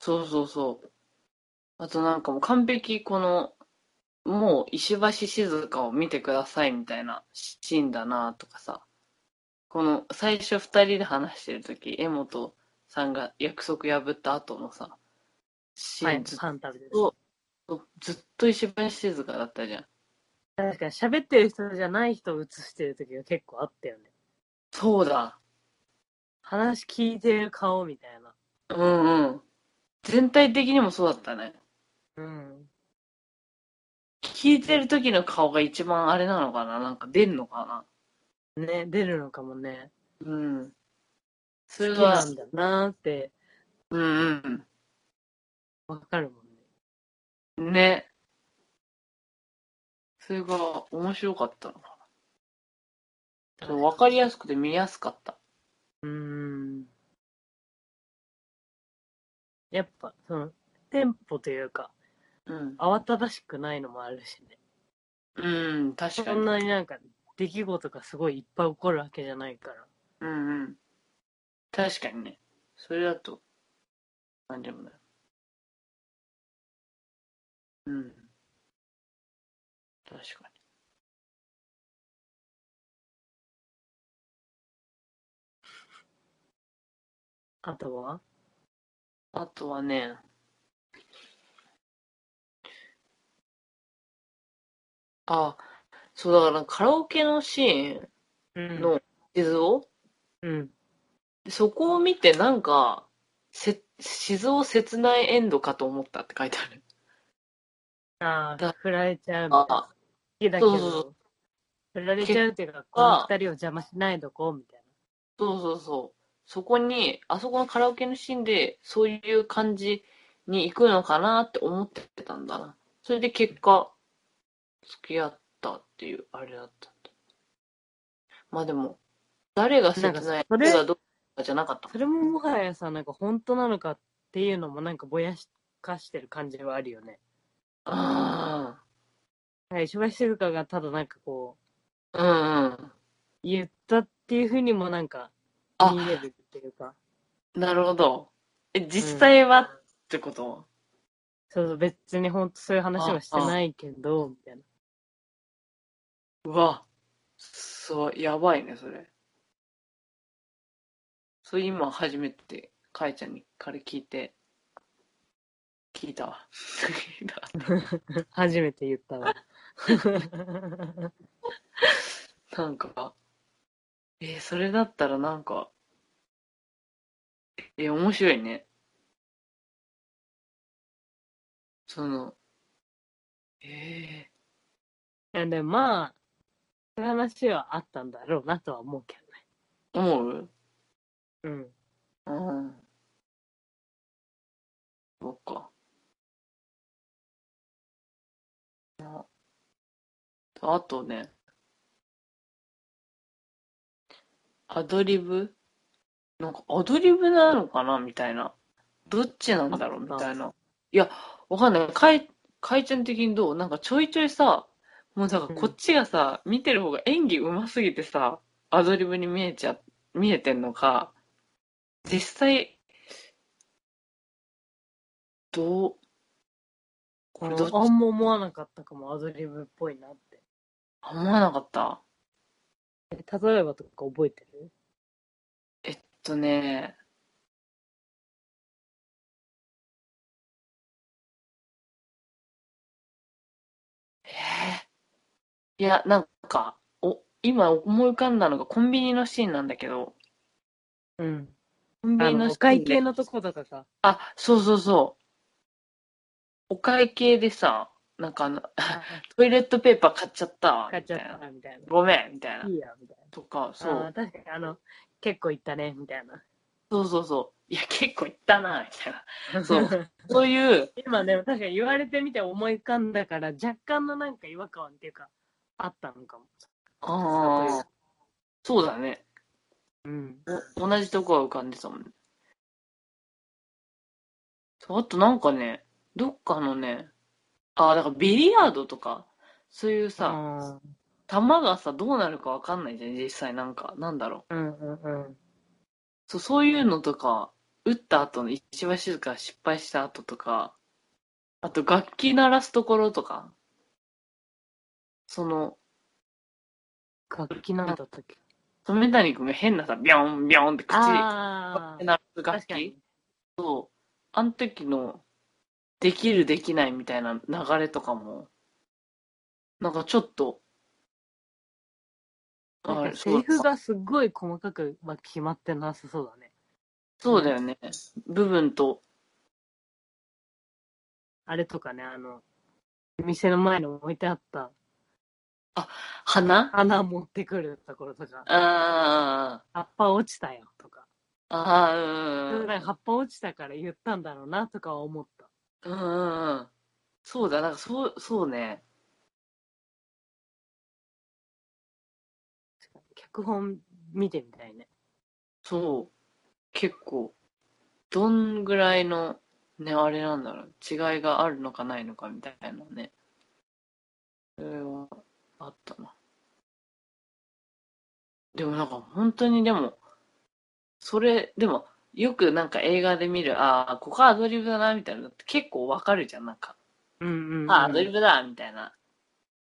Speaker 2: そうそうそう。あとなんかもう完璧この、もう石橋静香を見てくださいみたいなシーンだなとかさ。この最初二人で話してる時、江本さんが約束破った後のさ、シ
Speaker 3: は
Speaker 2: ー
Speaker 3: い
Speaker 2: ンずっ
Speaker 3: パン食べてる
Speaker 2: と、ずっと石橋静香だったじゃん。
Speaker 3: 確かに喋ってる人じゃない人を映してる時が結構あったよね
Speaker 2: そうだ。
Speaker 3: 話聞いてる顔みたいな
Speaker 2: うんうん。全体的にもそうだったね。
Speaker 3: うん
Speaker 2: 聞いてる時の顔が一番あれなのかななんか出るのか
Speaker 3: ね出るのかもね
Speaker 2: なうん。それ
Speaker 3: 好き
Speaker 2: は
Speaker 3: な、んだなーって
Speaker 2: うん
Speaker 3: わかるもんね
Speaker 2: うん。ね。それが面白かったのかな。でもわかりやすくて見やすかった。
Speaker 3: うーんやっぱそのテンポというか
Speaker 2: うん。
Speaker 3: 慌ただしくないのもあるしね
Speaker 2: うん、確か
Speaker 3: そ
Speaker 2: に。
Speaker 3: ん
Speaker 2: うん
Speaker 3: なになんか出来事がすごいいっぱい起こるわけじゃないから
Speaker 2: うん。確かにね。それだと、なんでもない。うん。確か
Speaker 3: あとは
Speaker 2: に。あとはね、あ、そうだからカラオケのシーン、
Speaker 3: うん
Speaker 2: の静雄
Speaker 3: うん
Speaker 2: そこを見てなんか、せ、静雄切ないエンドかと思ったって書いてある。
Speaker 3: ああ
Speaker 2: だ
Speaker 3: 振られちゃうみたいな
Speaker 2: あ、
Speaker 3: 好きだけど
Speaker 2: そうそうそ
Speaker 3: 振られちゃうっていうかこの二人を邪魔しないどこうみたい
Speaker 2: そうそうそう。そこに、あそこのカラオケのシーンで、そういう感じに行くのかなって思ってたんだな。それで結果、付き合ったっていう、あれだったんだ。まあでも、誰が切
Speaker 3: なん
Speaker 2: な
Speaker 3: か
Speaker 2: い、
Speaker 3: それ
Speaker 2: 誰がどうかじゃなかった
Speaker 3: な。それももはやさなんか本当なのかっていうのもなんかぼやかしてる感じはあるよね
Speaker 2: あ
Speaker 3: はい、石橋静香がただなんかこう、
Speaker 2: あ、うんうん。
Speaker 3: 言ったっていうふうにもなんか、
Speaker 2: あ
Speaker 3: 見えるっていうか、
Speaker 2: なるほど。え、実際は、ってこと
Speaker 3: そうそう、別に本当そういう話はしてないけど、みたいな。
Speaker 2: うわ、そう、やばいね、それ。そう、今初めて、かえちゃんにから聞いて、聞いたわ。 聞いたわ
Speaker 3: 初めて言った わ。
Speaker 2: なんか、えーそれだったらなんか、えー面白いね。その、え
Speaker 3: いや、でもまあ、そういう話はあったんだろうなとは思うけ
Speaker 2: ー、思う
Speaker 3: どね。
Speaker 2: うん。そっか。ああとね、アドリブなんかアドリブなのかなみたいな。どっちなんだろうみたいな。いや、わかんない。かい、かいちゃん的にどうなんかちょいちょいさ、もうだからこっちがさ、見てる方が演技うますぎてさ、アドリブに見えちゃ、見えてんのか、実際、どう、これどっ
Speaker 3: うん。
Speaker 2: ち
Speaker 3: あんま思わなかったかも、アドリブっぽいなって。
Speaker 2: 思わなかった。
Speaker 3: え例えばとか覚えてる
Speaker 2: えっとね、えーいや、なんか、お、今思い浮かんだのがコンビニのシーンなんだけど、
Speaker 3: うん。
Speaker 2: コンビ
Speaker 3: あ
Speaker 2: ニの
Speaker 3: の、
Speaker 2: シ
Speaker 3: お
Speaker 2: ーン
Speaker 3: 会
Speaker 2: で
Speaker 3: 計のとことかさ。
Speaker 2: あ、そうそうそお会計でさ、なんかあの、 トイレットペーパー買っちゃった。
Speaker 3: 買っちゃっ
Speaker 2: みいな。
Speaker 3: たみたい
Speaker 2: ごめん、みたい
Speaker 3: な。。
Speaker 2: ない
Speaker 3: いや、みたい
Speaker 2: とか、そ
Speaker 3: な。ああ
Speaker 2: う
Speaker 3: ー。確かに、あの、結構いったね、みたいな。
Speaker 2: そうそうそう。いや、結構いったな、みたい な。そう。そういう、
Speaker 3: 今ね、確かに言われてみて思い浮かんだから、若干のなんか違和感っていうか、あったのかも。
Speaker 2: ああ。そうだね。
Speaker 3: うん。
Speaker 2: お同じとこは浮かんでたもんね。そうあとなんかね、どっかのね、ああ、だからビリヤードとか、そういうさ、
Speaker 3: あ
Speaker 2: 球がさ、どうなるかわかんないじゃん、実際なんか、なんだろう。
Speaker 3: ー、うんうんうん。
Speaker 2: そうそういうのとか、打った後の一番静か失敗した後とか、あと楽器鳴らすところとか、その、
Speaker 3: 楽器なんだったっけ
Speaker 2: 染谷くんが変なさ、ビョンビョンって口で
Speaker 3: あー
Speaker 2: 鳴らす
Speaker 3: 確
Speaker 2: 楽
Speaker 3: か
Speaker 2: 器
Speaker 3: に。
Speaker 2: そう。あの時の、できるできないみたいな流れとかも、なんかちょっと、あ
Speaker 3: なん
Speaker 2: れ
Speaker 3: か
Speaker 2: そ
Speaker 3: セ
Speaker 2: う
Speaker 3: リフがすっごい細かくは決まってなさそうだね。
Speaker 2: そうだよね。部分と、
Speaker 3: あれとかね、あの、店の前に置いてあった
Speaker 2: 花
Speaker 3: 花持ってくるところとか、
Speaker 2: あ
Speaker 3: 葉っぱ落ちたよとか、
Speaker 2: あ、ああ、うん。
Speaker 3: なんか葉っぱ落ちたから言ったんだろうなとかは思った。
Speaker 2: うんうんうん。そうだ、なんかそう、そうね。
Speaker 3: 確かに脚本見てみたいね。
Speaker 2: そう。結構、どんぐらいの、ね、あれなんだろう。違いがあるのかないのかみたいなね。それは、あったな。でもなんか本当にでも、それ、でも、よくなんか映画で見る、ああ、ここアドリブだな、みたいなのって結構わかるじゃん、なんか。
Speaker 3: うんうん、うん。
Speaker 2: ああ、アドリブだ、みたいな。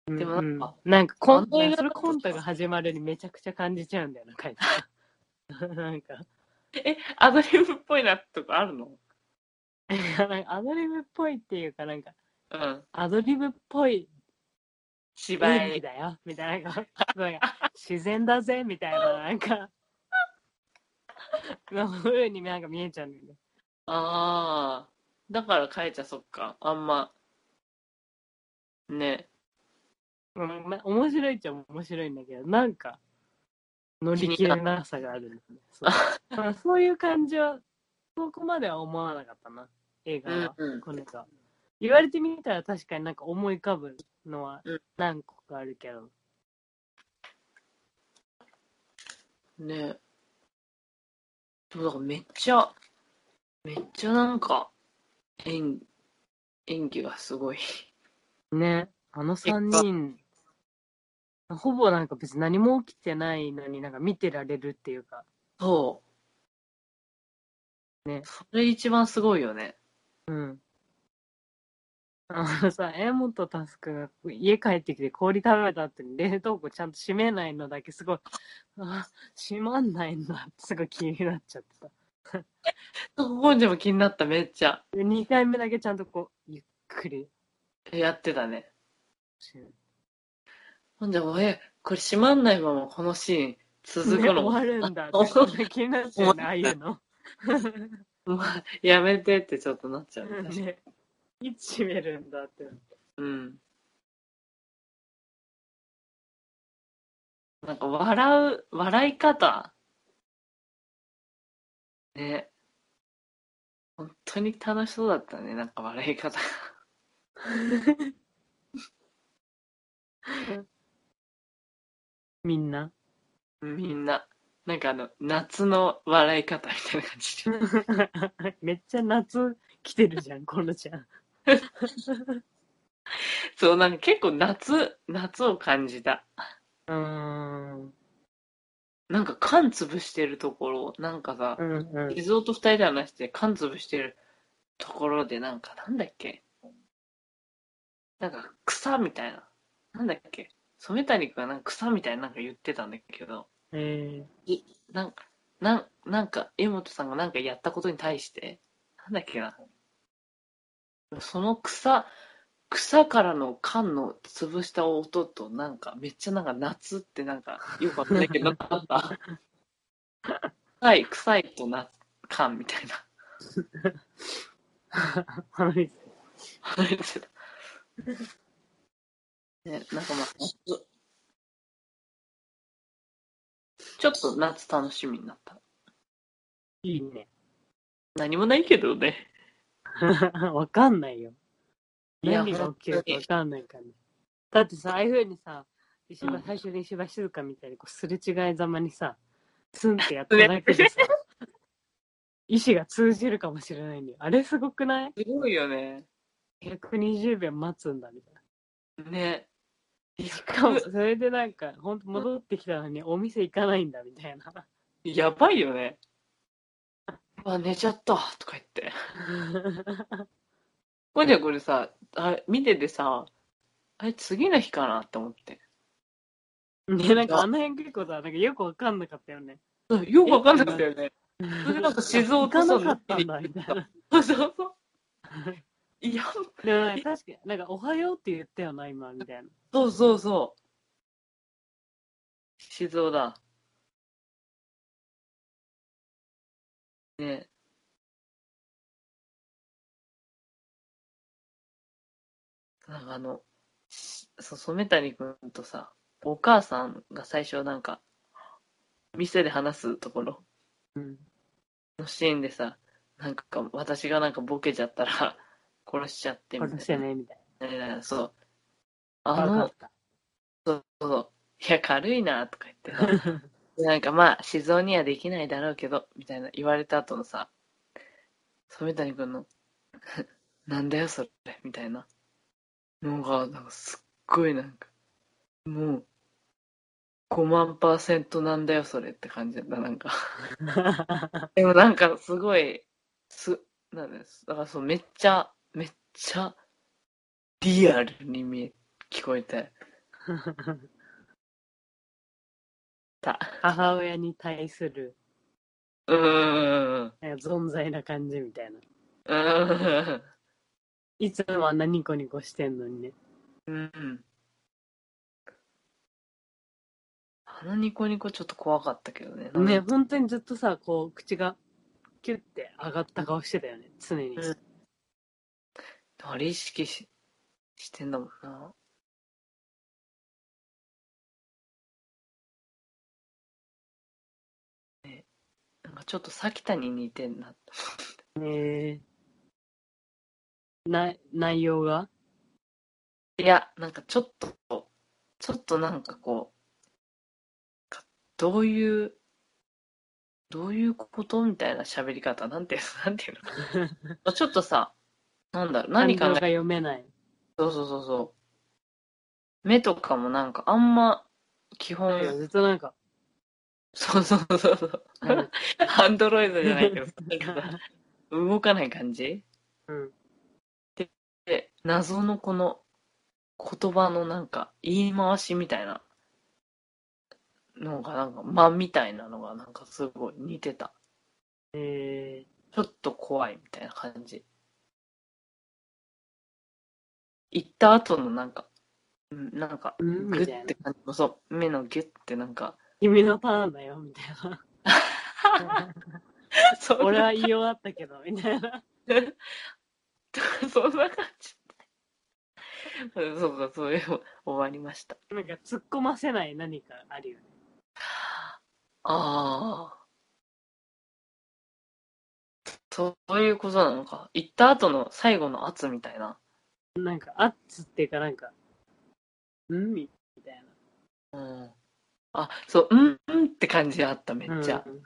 Speaker 3: ブ
Speaker 2: でもなんか
Speaker 3: なんかコ
Speaker 2: あ
Speaker 3: ン
Speaker 2: の映画
Speaker 3: それコントが始まるにめちゃくちゃ感じちゃうんだよな、書いてなん か。
Speaker 2: え、アドリブっぽいなってとこあるの
Speaker 3: いやなんかアドリブっぽいっていうか、なんか、
Speaker 2: うん。
Speaker 3: アドリブっぽい
Speaker 2: 芝
Speaker 3: 演技
Speaker 2: 居。
Speaker 3: だよ、みたいな。なんかなんか自然だぜ、みたいな、なんか、のふうになんか見えちゃうんだよね。
Speaker 2: ああ、だから変えちゃそっか。あんま、ね、
Speaker 3: うんまあ面白いっちゃ面白いんだけど、なんか、乗り切れなさがあるんだよね。そう まあそういう感じは、そこまでは思わなかったな、映画は。
Speaker 2: うんうん
Speaker 3: このか言われてみたら確かになんか思い浮かぶのは
Speaker 2: うん
Speaker 3: 何個かあるけど。
Speaker 2: ね。そう、だからめっちゃ、めっちゃなんか、演、演技がすごい。
Speaker 3: ね、あの3人、ほぼなんか別に何も起きてないのになんか見てられるっていうか、
Speaker 2: そう。
Speaker 3: ね
Speaker 2: それ一番すごいよね。
Speaker 3: うん。あのさ、柄本佑が家帰ってきて氷食べた後に冷凍庫ちゃんと閉めないのだけすごい、あ、閉まんないんだってすごい気になっちゃってた。
Speaker 2: そこでも気になった、めっちゃ。
Speaker 3: で、2回目だけちゃんとこう、ゆっくり
Speaker 2: やってたね。
Speaker 3: 閉
Speaker 2: ほんでもう、え、これ閉まんないままこのシーン続
Speaker 3: め
Speaker 2: く
Speaker 3: る。
Speaker 2: の
Speaker 3: 終
Speaker 2: も
Speaker 3: わるんだって気になっちゃうね、ああいうの。
Speaker 2: やめてってちょっとなっちゃうね。確かに
Speaker 3: ね、いつ閉めるんだって。
Speaker 2: うん。なんか笑う、笑い方。ね。本当に楽しそうだったね、なんか笑い方 が。
Speaker 3: みんな。
Speaker 2: みんな。なんかあの、夏の笑い方みたいな感じで。
Speaker 3: めっちゃ夏来てるじゃん、このちゃん。
Speaker 2: そう、なんか結構夏、夏を感じた。
Speaker 3: うーん。
Speaker 2: なんか缶潰してるところ、なんかさ
Speaker 3: う、んうん。
Speaker 2: リゾート二人で話して缶潰してるところでなんかなんだっけなんか草みたいな。なんだっけ染谷くんがなんか草みたいななんか言ってたんだけど、
Speaker 3: え
Speaker 2: なんか、なんなんか、江本さんがなんかやったことに対して、なんだっけな。その草、草からの缶の潰した音となんか、めっちゃなんか夏ってなんか、よくわかんないけど、なんかあった。臭い、臭いとな、缶みたいな。
Speaker 3: ー、花火
Speaker 2: 離れてた。 ね、なんかまあ、ちょっと夏楽しみになった。
Speaker 3: いいね。
Speaker 2: 何もないけどね。
Speaker 3: わかんないよ。
Speaker 2: いや
Speaker 3: 何が起きるかわかんないからね。だってさ、ああいうふうにさ、石破、
Speaker 2: うん
Speaker 3: 最初に石破静香みたいにこうすれ違いざまに さ、ツンってやっただけでさ、意思が通じるかもしれないんだよ。あれすごくない
Speaker 2: すごいよね。
Speaker 3: ?120 秒待つんだみたいな。
Speaker 2: ね。
Speaker 3: しかも、それでなんか、ほんと戻ってきたのにお店行かないんだみたいな。
Speaker 2: やばいよね。あ、寝ちゃったとか 言って。これじゃこれさ、あれ見ててさ、あれ次の日かなって思って。
Speaker 3: ね、なんかあの辺結構さ、なんかよくわかんなかったよね。
Speaker 2: うんよくわかんなかったよね。それでなんか静
Speaker 3: 行
Speaker 2: 岡
Speaker 3: か
Speaker 2: さ
Speaker 3: なんかった
Speaker 2: の
Speaker 3: んだみたいな。
Speaker 2: そうそうそう。いや、
Speaker 3: でもね、確かに、なんか、おはようって言ったよな、今、みたいな。
Speaker 2: そうそうそう。静岡だ。ねえ。なんかあの、しそう、染谷くんとさ、お母さんが最初なんか、店で話すところ
Speaker 3: うん。
Speaker 2: のシーンでさ、なんか私がなんかボケちゃったら殺しちゃってみたいな。
Speaker 3: 殺してね、みたい
Speaker 2: えーそう。
Speaker 3: な。
Speaker 2: あ
Speaker 3: わか
Speaker 2: の
Speaker 3: っ、た。
Speaker 2: そうそう。いや、軽いな、とか言ってさなんかまあ、静岡にはできないだろうけど、みたいな言われた後のさ、染谷くんの、 なんだよ、それ、みたいな。のが、なんかすっごいなんか、もう、5万パーセントなんだよ、それって感じだった、なんか。 でもなんかすごい、す、なんです。だからそう、めっちゃ、めっちゃ、リアルに見え、聞こえてた。
Speaker 3: 母親に対する、
Speaker 2: うーん。う
Speaker 3: なんか存在な感じみたいな。
Speaker 2: ーん。
Speaker 3: いつもあんなニコニコしてんのにね。
Speaker 2: うん。あのニコニコちょっと怖かったけどね。
Speaker 3: ね、本当にずっとさ、こう、口が、キュッて上がった顔してたよね、常に。
Speaker 2: うんあれ意識ししてんだもんな。ねなんかちょっとさきたに似てんな。
Speaker 3: ねえ。な、内容が
Speaker 2: いや、なんかちょっと、ちょっとなんかこう、かどういう、どういうことみたいな喋り方、なんていう の、なんていうの。ちょっとさ、なんだろう、何考
Speaker 3: 感情
Speaker 2: え
Speaker 3: が読めない。
Speaker 2: そうそうそうそう。目とかもなんかあんま、基本、
Speaker 3: ずっとなんか、
Speaker 2: そうそうそうそう。
Speaker 3: うん
Speaker 2: アンドロイドじゃないけど、なんかさ動かない感じ
Speaker 3: うん。
Speaker 2: で、謎のこの言葉のなんか言い回しみたいなのがなんか間みたいなのがなんかすごい似てた。
Speaker 3: え
Speaker 2: ちょっと怖いみたいな感じ。行った後のなんか、うん、なんか、
Speaker 3: ー、うん、
Speaker 2: グ
Speaker 3: みたい
Speaker 2: ッ
Speaker 3: な
Speaker 2: て。感じの、そう、目のギュッてな んか、
Speaker 3: 君のターンだよ、みたいな。
Speaker 2: そんな
Speaker 3: 俺は言い終わったけど、みたいな。
Speaker 2: そんな感じ。 そうか、そういう、終わりました。
Speaker 3: なんか突っ込ませない何かあるよね。
Speaker 2: ああ。そういうことなのか。行った後の最後の圧みたいな。
Speaker 3: なんか、圧っていうかなんか、うんみたい
Speaker 2: うん。あ、そう、うん、うんって感じあった、め
Speaker 3: な。
Speaker 2: っちゃ。
Speaker 3: うん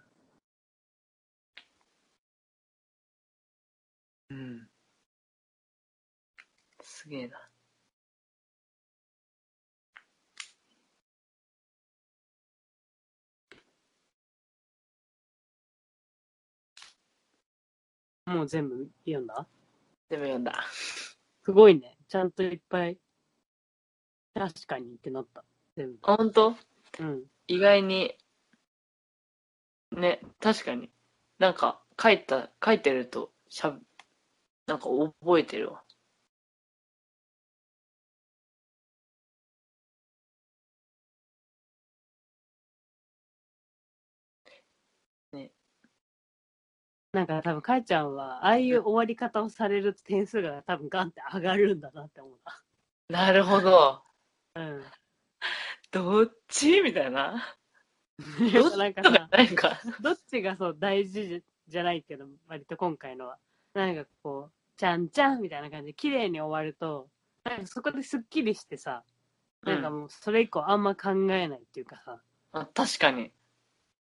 Speaker 2: うん。すげえな。
Speaker 3: もう全部読んだ
Speaker 2: でも読んだ。
Speaker 3: すごいね。ちゃんといっぱい、確かにってなった。全
Speaker 2: あ、ほんと
Speaker 3: 部。うん。
Speaker 2: 意外に、ね、確かに。なんか、書いた、書いてると、しゃぶ、なんか覚えてるわ。ね。
Speaker 3: なんか多分、かえちゃんは、ああいう終わり方をされると点数が多分ガンって上がるんだなって思う
Speaker 2: なるほど。
Speaker 3: な。うん。
Speaker 2: どっちみたいな。どっち
Speaker 3: なんか
Speaker 2: とか
Speaker 3: さ、
Speaker 2: ないんか。
Speaker 3: どっちがそう大事じゃじゃないけど、割と今回のは。なんかこう、ちゃんちゃんみたいな感じで綺麗に終わると、なんかそこですっきりしてさ、なんかもうそれ以降あんま考えないっていうかさ、
Speaker 2: あ確かに。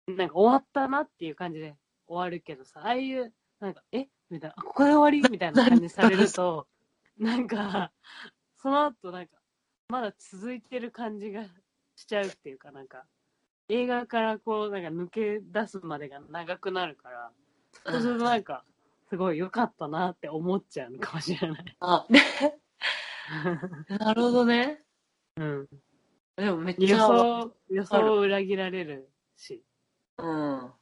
Speaker 3: なんか終わったなっていう感じで終わるけどさ、ああいう、なんか、えみたいな、あここで終わりみたいな感じされると、なんか、その後なんか、まだ続いてる感じが しちゃうっていうか、なんか、映画からこう、なんか抜け出すまでが長くなるから、そうするとなんか、すごい良かったなって思っちゃうのかもしれない。
Speaker 2: あ、で なるほどね。
Speaker 3: うん。
Speaker 2: でもめっち
Speaker 3: 予
Speaker 2: ゃ、
Speaker 3: 想、予想を裏切られるし、
Speaker 2: うん。あ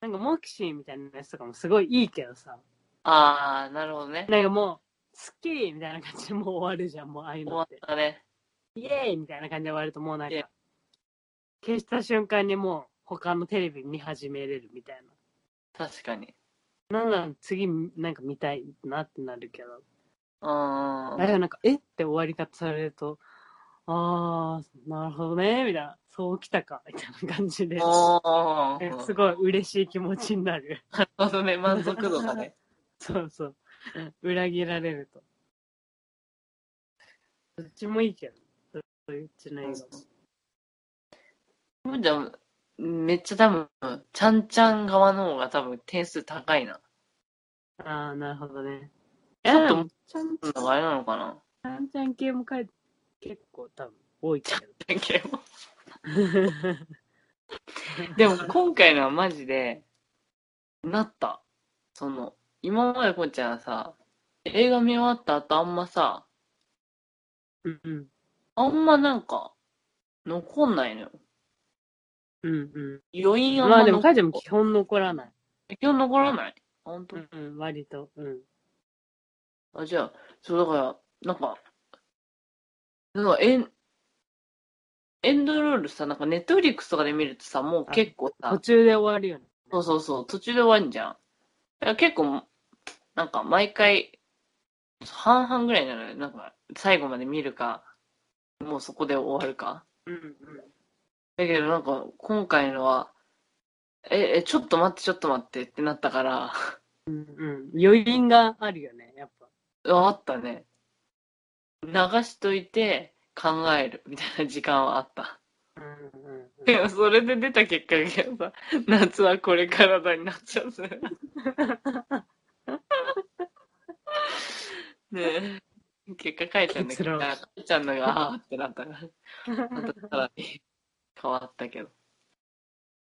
Speaker 3: なんかモキシーみたいなやつとかもすごいいいけどさ、
Speaker 2: あー、なるほどね。
Speaker 3: なんかもう、スッキリみたいな感じでもう終わるじゃん、もうああいう
Speaker 2: 終
Speaker 3: の
Speaker 2: わ
Speaker 3: っ。
Speaker 2: ってたね。
Speaker 3: イエーイみたいな感じで終わるともうなん
Speaker 2: イエ
Speaker 3: か、消した瞬間にもう他のテレビ見始めれるみたい
Speaker 2: 確かに。
Speaker 3: な。なんなら次なんか見たいなってなるけど。
Speaker 2: うん
Speaker 3: あれはなんか、えって終わり方されると、あー、なるほどね、みたいな。そうきたか、みたいな感じで。
Speaker 2: お
Speaker 3: え
Speaker 2: ー
Speaker 3: すごい嬉しい気持ちになる。
Speaker 2: なるほどね。満足度がね。
Speaker 3: そうそう。裏切られると。どっちもいいけど。どっちの映画も。
Speaker 2: じゃあ、めっちゃ多分、ちゃんちゃん側の方が多分点数高いな。
Speaker 3: ああ、なるほどね。
Speaker 2: ちょっと
Speaker 3: えーちゃんち
Speaker 2: そんなのがあれなのか な
Speaker 3: ゃん、ちゃん系もかえ結構多分多いけど。
Speaker 2: でも今回のはマジで、なった。その、今までこっちゃんはさ、映画見終わった後あんまさ、
Speaker 3: うんうん。
Speaker 2: あんまなんか、残んないのよ。
Speaker 3: うん
Speaker 2: 余
Speaker 3: うん。
Speaker 2: 韻あん
Speaker 3: ま
Speaker 2: ま
Speaker 3: あでもか
Speaker 2: 残
Speaker 3: えちゃんも基本残らない。
Speaker 2: 基本残らない。本当、
Speaker 3: うんうん、割と。うん。
Speaker 2: あ、じゃあ、そうだから、なんか、なんかエン、エンドロールさ、なんかネットフリックスとかで見るとさ、もう結構
Speaker 3: 途
Speaker 2: さ、
Speaker 3: 中で終わるよね。
Speaker 2: そうそうそう、途中で終わんじゃん。だから結構、なんか毎回、半々ぐらいなのよ。なんか、最後まで見るか、もうそこで終わるか。
Speaker 3: うん
Speaker 2: だけどなんか、今回のは、え、え、ちょっと待って、ちょっと待ってってなったから、
Speaker 3: うん。うんうん。余韻があるよね、やっぱ。
Speaker 2: あったね。流しといて考えるみたいな時間はあった。
Speaker 3: うんうんうん。
Speaker 2: でもそれで出た結果がさ、夏はこれからだになっちゃ うね。ねえ。結果書いたんだけ
Speaker 3: 結論
Speaker 2: ど、かいちゃんのがあーってなった から、またさらに変わったけど。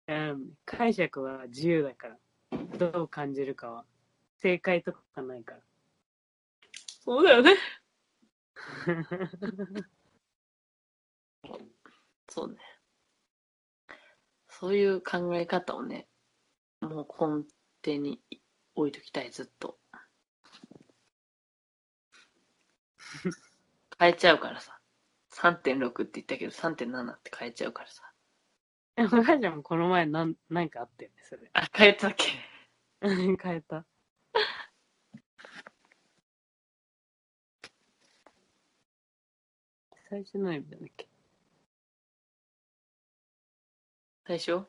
Speaker 3: うん、解釈は自由だから。どう感じるかは。正解とかないから。
Speaker 2: そうだよね。そうね。そういう考え方をね、もう根底に置いときたい、ずっ と。変えちゃうからさ。3.6って言ったけど、3.7って変えちゃうからさ。
Speaker 3: でも、かいちゃんもこの前なん、なんかあったよね、それ。
Speaker 2: あ、変えたっけ
Speaker 3: 変えた。最初何みたいだっけ
Speaker 2: 最初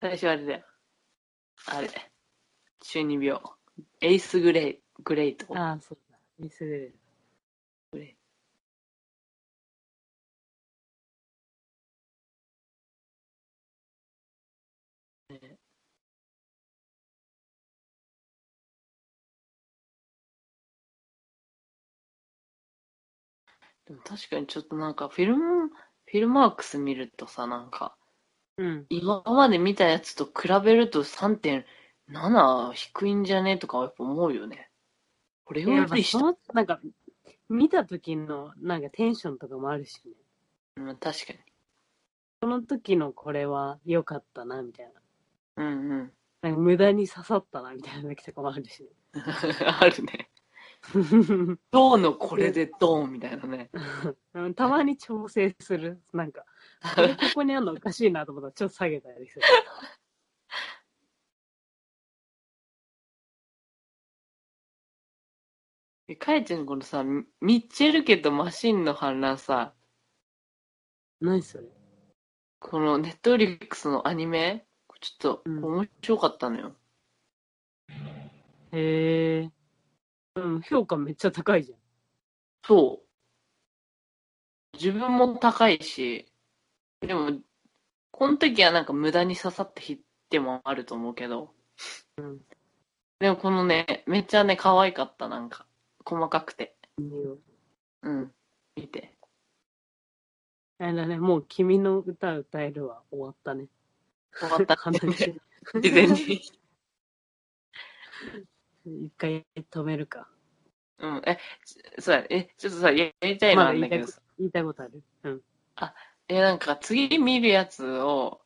Speaker 2: 最初あれだよ。あれ。中二病。エイスグレイ、グレイト。
Speaker 3: ああ、そうだ。ミスレル。
Speaker 2: でも確かにちょっとなんかフィルム、フィルマークス見るとさ、なんか、
Speaker 3: うん。
Speaker 2: 今まで見たやつと比べると3.7低いんじゃねとかやっぱ思うよね。これを
Speaker 3: や
Speaker 2: よ
Speaker 3: っぱ
Speaker 2: りし
Speaker 3: そ
Speaker 2: た。
Speaker 3: の、なんか、見た時の、なんかテンションとかもあるしね。
Speaker 2: うん確かに。
Speaker 3: その時のこれは良かったな、みたいな。
Speaker 2: うんうん。
Speaker 3: なんか無駄に刺さったな、みたいな時とかもあるしね。
Speaker 2: あるね。どうのこれでドーンみたいなね。
Speaker 3: うん たまに調整する。なんか、これここにあるのおかしいなと思ったら、ちょっと下げたりする。
Speaker 2: えかえちゃんこのさ、ミミッチェル家とマシンの反乱さ、
Speaker 3: 何それ
Speaker 2: このネットフリックスのアニメ、ちょっと
Speaker 3: うん
Speaker 2: 面白かったのよ。
Speaker 3: へえ。うん、評価めっちゃ高いじゃん。
Speaker 2: そう。自分も高いし、でも、この時はなんか無駄に刺さってヒッてもあると思うけど、
Speaker 3: うん
Speaker 2: でもこのね、めっちゃね、可愛かった、なんか。細かくて。
Speaker 3: 見よう
Speaker 2: うん。見て。
Speaker 3: あれだね、もう君の歌歌えるは終わったね。
Speaker 2: 終わった。
Speaker 3: 完璧
Speaker 2: 事前 に。
Speaker 3: 一回止めるか。
Speaker 2: うん。え、ちそうだねえ、ちょっとさ、ややりたいの
Speaker 3: まだ
Speaker 2: あるんだ
Speaker 3: 言いたい
Speaker 2: けど
Speaker 3: こ
Speaker 2: さ
Speaker 3: と言いたいことある。うん。
Speaker 2: え、なんか次見るやつを、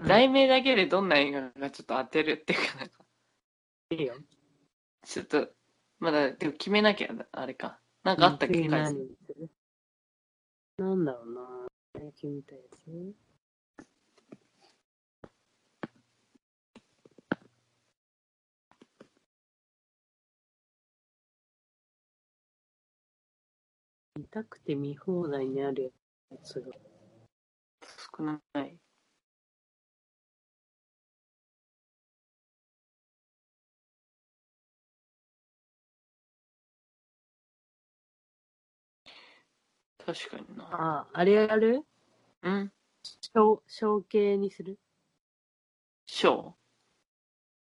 Speaker 3: うん
Speaker 2: 題名だけでどんな映画かちょっと当てるっていうか、なんか、
Speaker 3: いいよ。
Speaker 2: ちょっと、まだ、でも決めなきゃ、あれか。なんかあったっけ、
Speaker 3: 次
Speaker 2: かえ
Speaker 3: 何にするなんだろうな。最近見たやつ見たくて見放題にあるやつが。
Speaker 2: 少ない。確かにな。
Speaker 3: あ、あれやる
Speaker 2: うん。
Speaker 3: 賞賞系にする
Speaker 2: ショー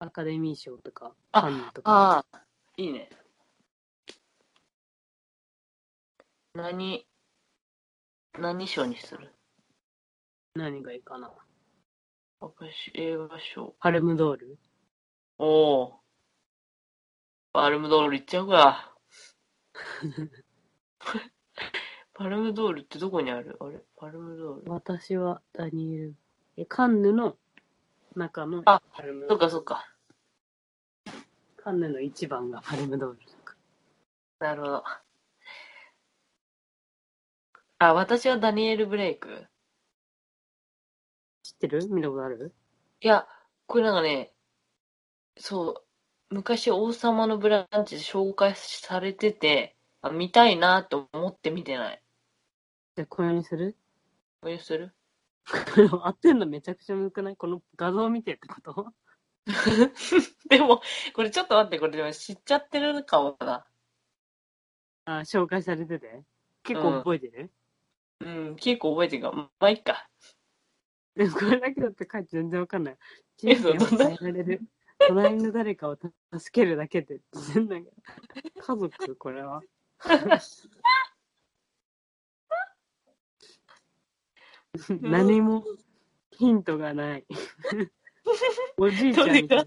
Speaker 3: アカデミー賞とか、
Speaker 2: あ
Speaker 3: カンヌとか。
Speaker 2: ああ、いいね。何、何賞にする
Speaker 3: 何がいいかな。
Speaker 2: 私、映画賞。
Speaker 3: パルムドール
Speaker 2: おお。パルムドール行っちゃうか。 パルムドールってどこにあるあれパルムドール。
Speaker 3: 私はダニエル。え、カンヌの中の
Speaker 2: あ
Speaker 3: パルムドール
Speaker 2: そっかそっか。
Speaker 3: カンヌの一番がパルムドールとか。
Speaker 2: なるほど。あ、私はダニエル・ブレイク。
Speaker 3: 知ってる見たことある
Speaker 2: いや、これなんかね、そう、昔王様のブランチで紹介されてて、あ、見たいなと思って見てない。
Speaker 3: じゃあこれにする
Speaker 2: これにする
Speaker 3: 合ってんのめちゃくちゃむずくないこの画像を見てってこと
Speaker 2: でも、これちょっと待って、これでも知っちゃってるかもな。
Speaker 3: あ、紹介されてて。結構覚えてる、
Speaker 2: うん、結構覚えてるから、まあいっか。
Speaker 3: でもこれだけだって書いて全然わかんない。
Speaker 2: え
Speaker 3: 人生を
Speaker 2: そんな
Speaker 3: 変えられる。隣の誰かを助けるだけで。なんか家族これ は。何もヒントがない。おじいちゃんみたいな。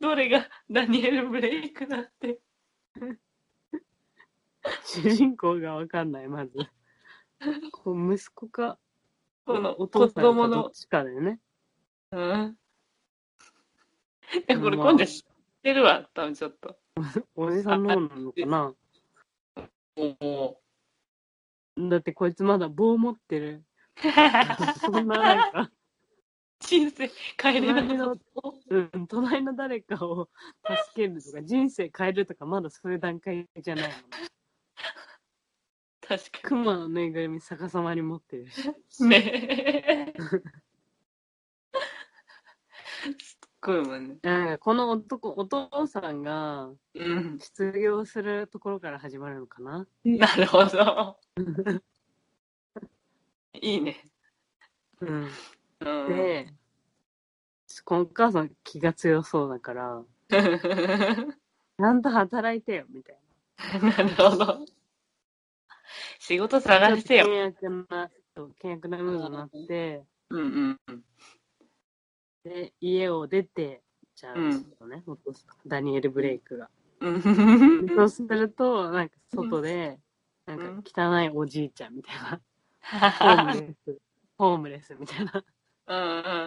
Speaker 2: どれがダニエル・ブレイクだって。
Speaker 3: 主人公がわかんない、まず。こう息子か、
Speaker 2: この
Speaker 3: お
Speaker 2: 子
Speaker 3: 父さんか
Speaker 2: 供
Speaker 3: ど
Speaker 2: の
Speaker 3: っ。ちかだよね。
Speaker 2: うん。え、これ
Speaker 3: まあ
Speaker 2: 今度知ってるわ、多分ちょっ と。
Speaker 3: おじさんの方なのかな
Speaker 2: おお。
Speaker 3: だってこいつまだ棒持ってる。 そんななんか、
Speaker 2: 人生変えれないの。
Speaker 3: うん、隣の誰かを助けるとか、人生変えるとか、まだそういう段階じゃないもん。
Speaker 2: 確か
Speaker 3: 熊のぬいぐるみ逆さまに持ってるし。
Speaker 2: に。ねえ。すっごいもんね。
Speaker 3: なんかこの男、お父さんが
Speaker 2: うん。
Speaker 3: 失業するところから始まるのかな
Speaker 2: なるほど。いいね。
Speaker 3: うん。
Speaker 2: うん。
Speaker 3: で、このお母さん気が強そうだから、
Speaker 2: な
Speaker 3: ちゃんと働いてよ、みたい
Speaker 2: るほど。仕事
Speaker 3: な。
Speaker 2: 探してよ。
Speaker 3: 険悪な、そう険悪なムードになって、
Speaker 2: うんうんうん。
Speaker 3: で、家を出て、じゃあ、
Speaker 2: うん
Speaker 3: ね、お父さんダニエル・ブレイクが。
Speaker 2: うん
Speaker 3: でそうすると、なんか外で、なんか汚いおじいちゃんみたいな、ホームレス、ホームレスみたいな
Speaker 2: う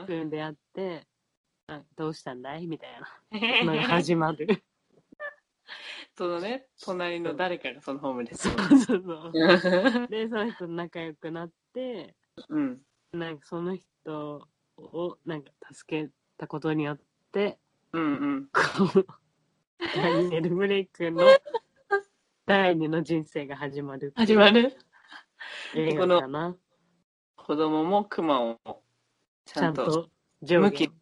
Speaker 2: ん
Speaker 3: 風に出会って、なんかどうしたんだいみたいな
Speaker 2: うん
Speaker 3: のが始まる。
Speaker 2: そのね、隣の誰かがそのホームレス
Speaker 3: そうそうそう。
Speaker 2: を。
Speaker 3: で、その人と仲良くなって、
Speaker 2: うん。
Speaker 3: なんかその人をなんか助けたことによって、
Speaker 2: うんうん。
Speaker 3: こう、ダニエル・ブレイクの第二の人生が始まる。
Speaker 2: 始まる
Speaker 3: 映画かな。
Speaker 2: 子供もクマをち
Speaker 3: ちゃ
Speaker 2: ゃ
Speaker 3: ん
Speaker 2: んと
Speaker 3: と上
Speaker 2: 向
Speaker 3: 下
Speaker 2: き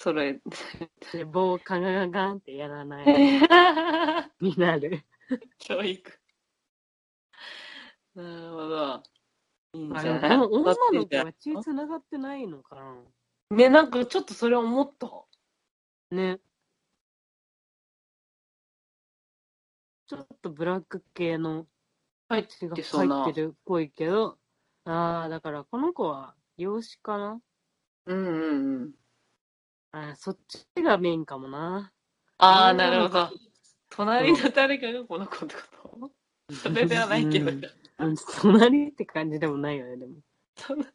Speaker 2: 揃え
Speaker 3: で棒をカンガンガンってやらないよ
Speaker 2: て
Speaker 3: うになる。
Speaker 2: 教育なるほどいいんじ
Speaker 3: あれ、
Speaker 2: ゃない
Speaker 3: でも女
Speaker 2: バッチ
Speaker 3: の
Speaker 2: リじ
Speaker 3: 子
Speaker 2: ゃん
Speaker 3: は血繋がってないのか
Speaker 2: ねなんかちょっとそれ思った
Speaker 3: な。ね。ちょっとブラック系の
Speaker 2: 入っ
Speaker 3: 血が
Speaker 2: てそうな
Speaker 3: 入ってるっぽいけど、ああ、だからこの子は養子かな
Speaker 2: うんうんうん
Speaker 3: あーそっちがメインかもな。
Speaker 2: ああ、
Speaker 3: うん
Speaker 2: なるほど。隣の誰かがこの子ってことそれではないけど。
Speaker 3: うんうん隣って感じでもないよね、でも。
Speaker 2: そんなま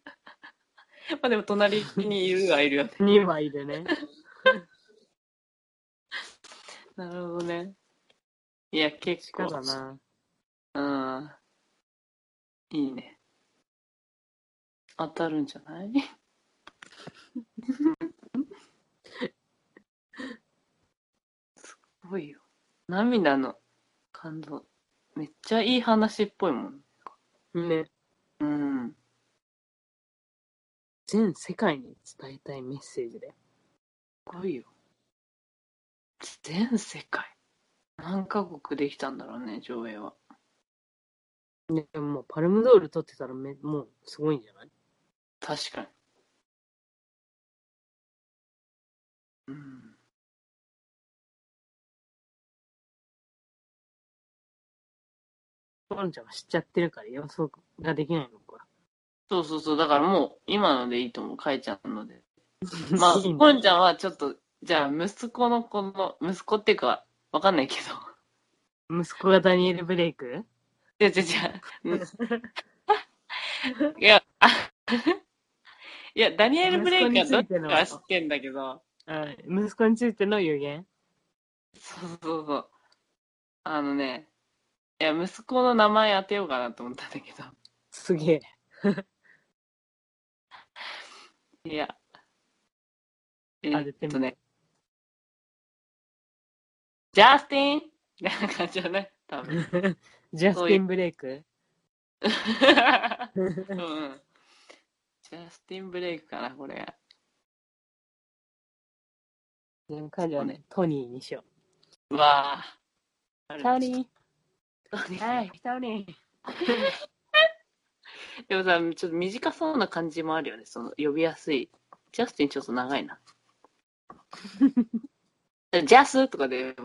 Speaker 2: あでも隣にいるはいるよね。
Speaker 3: 2はいるね。
Speaker 2: なるほどね。いや、結
Speaker 3: か
Speaker 2: 構。
Speaker 3: だな。
Speaker 2: うん。いいね。当たるんじゃないすごいよ。涙の感動。めっちゃいい話っぽいもん。
Speaker 3: ね。
Speaker 2: うん。
Speaker 3: 全世界に伝えたいメッセージだよ。
Speaker 2: すごいよ。全世界。何カ国できたんだろうね、上映は。
Speaker 3: ね、でももうパルムドール取ってたらめ、もうすごいんじゃない
Speaker 2: 確かに。うん。
Speaker 3: ポロンちゃんは知っちゃってるから予想ができないのか。
Speaker 2: そうそうそう、だからもう、今のでいいと思う、かえちゃん ので。まあ、
Speaker 3: いいね
Speaker 2: ポンちゃんはちょっと、じゃあ、息子のこの、息子っていうか、わかんないけど。
Speaker 3: 息子がダニエル・ブレイク
Speaker 2: 違う違う 違う。いや、あ いや、ダニエル・ブレイクはどっちかは知ってんだけど。
Speaker 3: あ息子についての予言
Speaker 2: そうそうそう。あのね、いや、息子の名前当てようかなと思ったんだけ
Speaker 3: す げえ。
Speaker 2: ど。いや。え
Speaker 3: 当てて
Speaker 2: っ
Speaker 3: み
Speaker 2: とね。ジャスティンみたいな感じだね、多 分。
Speaker 3: ジャスティン・ブレイク
Speaker 2: うんうん。ジャスティン・ブレイクかな、これが。
Speaker 3: でも彼はね、トニーにしよ
Speaker 2: うわぁ。
Speaker 3: う。トニ
Speaker 2: ー
Speaker 3: ー。はい、トニー。
Speaker 2: でもさ、ちょっと短そうな感じもあるよね、その呼びやすい。ジャスティンちょっと長いな。 ジャスとかで、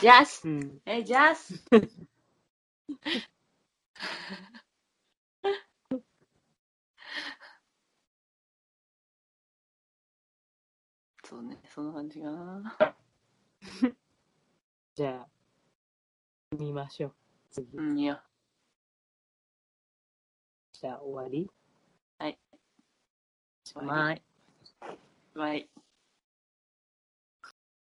Speaker 2: ジャス
Speaker 3: うん。
Speaker 2: え、ジャス そうね、そんな感じかな。
Speaker 3: じゃあ、見ましょう。次。
Speaker 2: うん、いや、
Speaker 3: じゃあ、終わり
Speaker 2: はい。
Speaker 3: はい。
Speaker 2: バイ。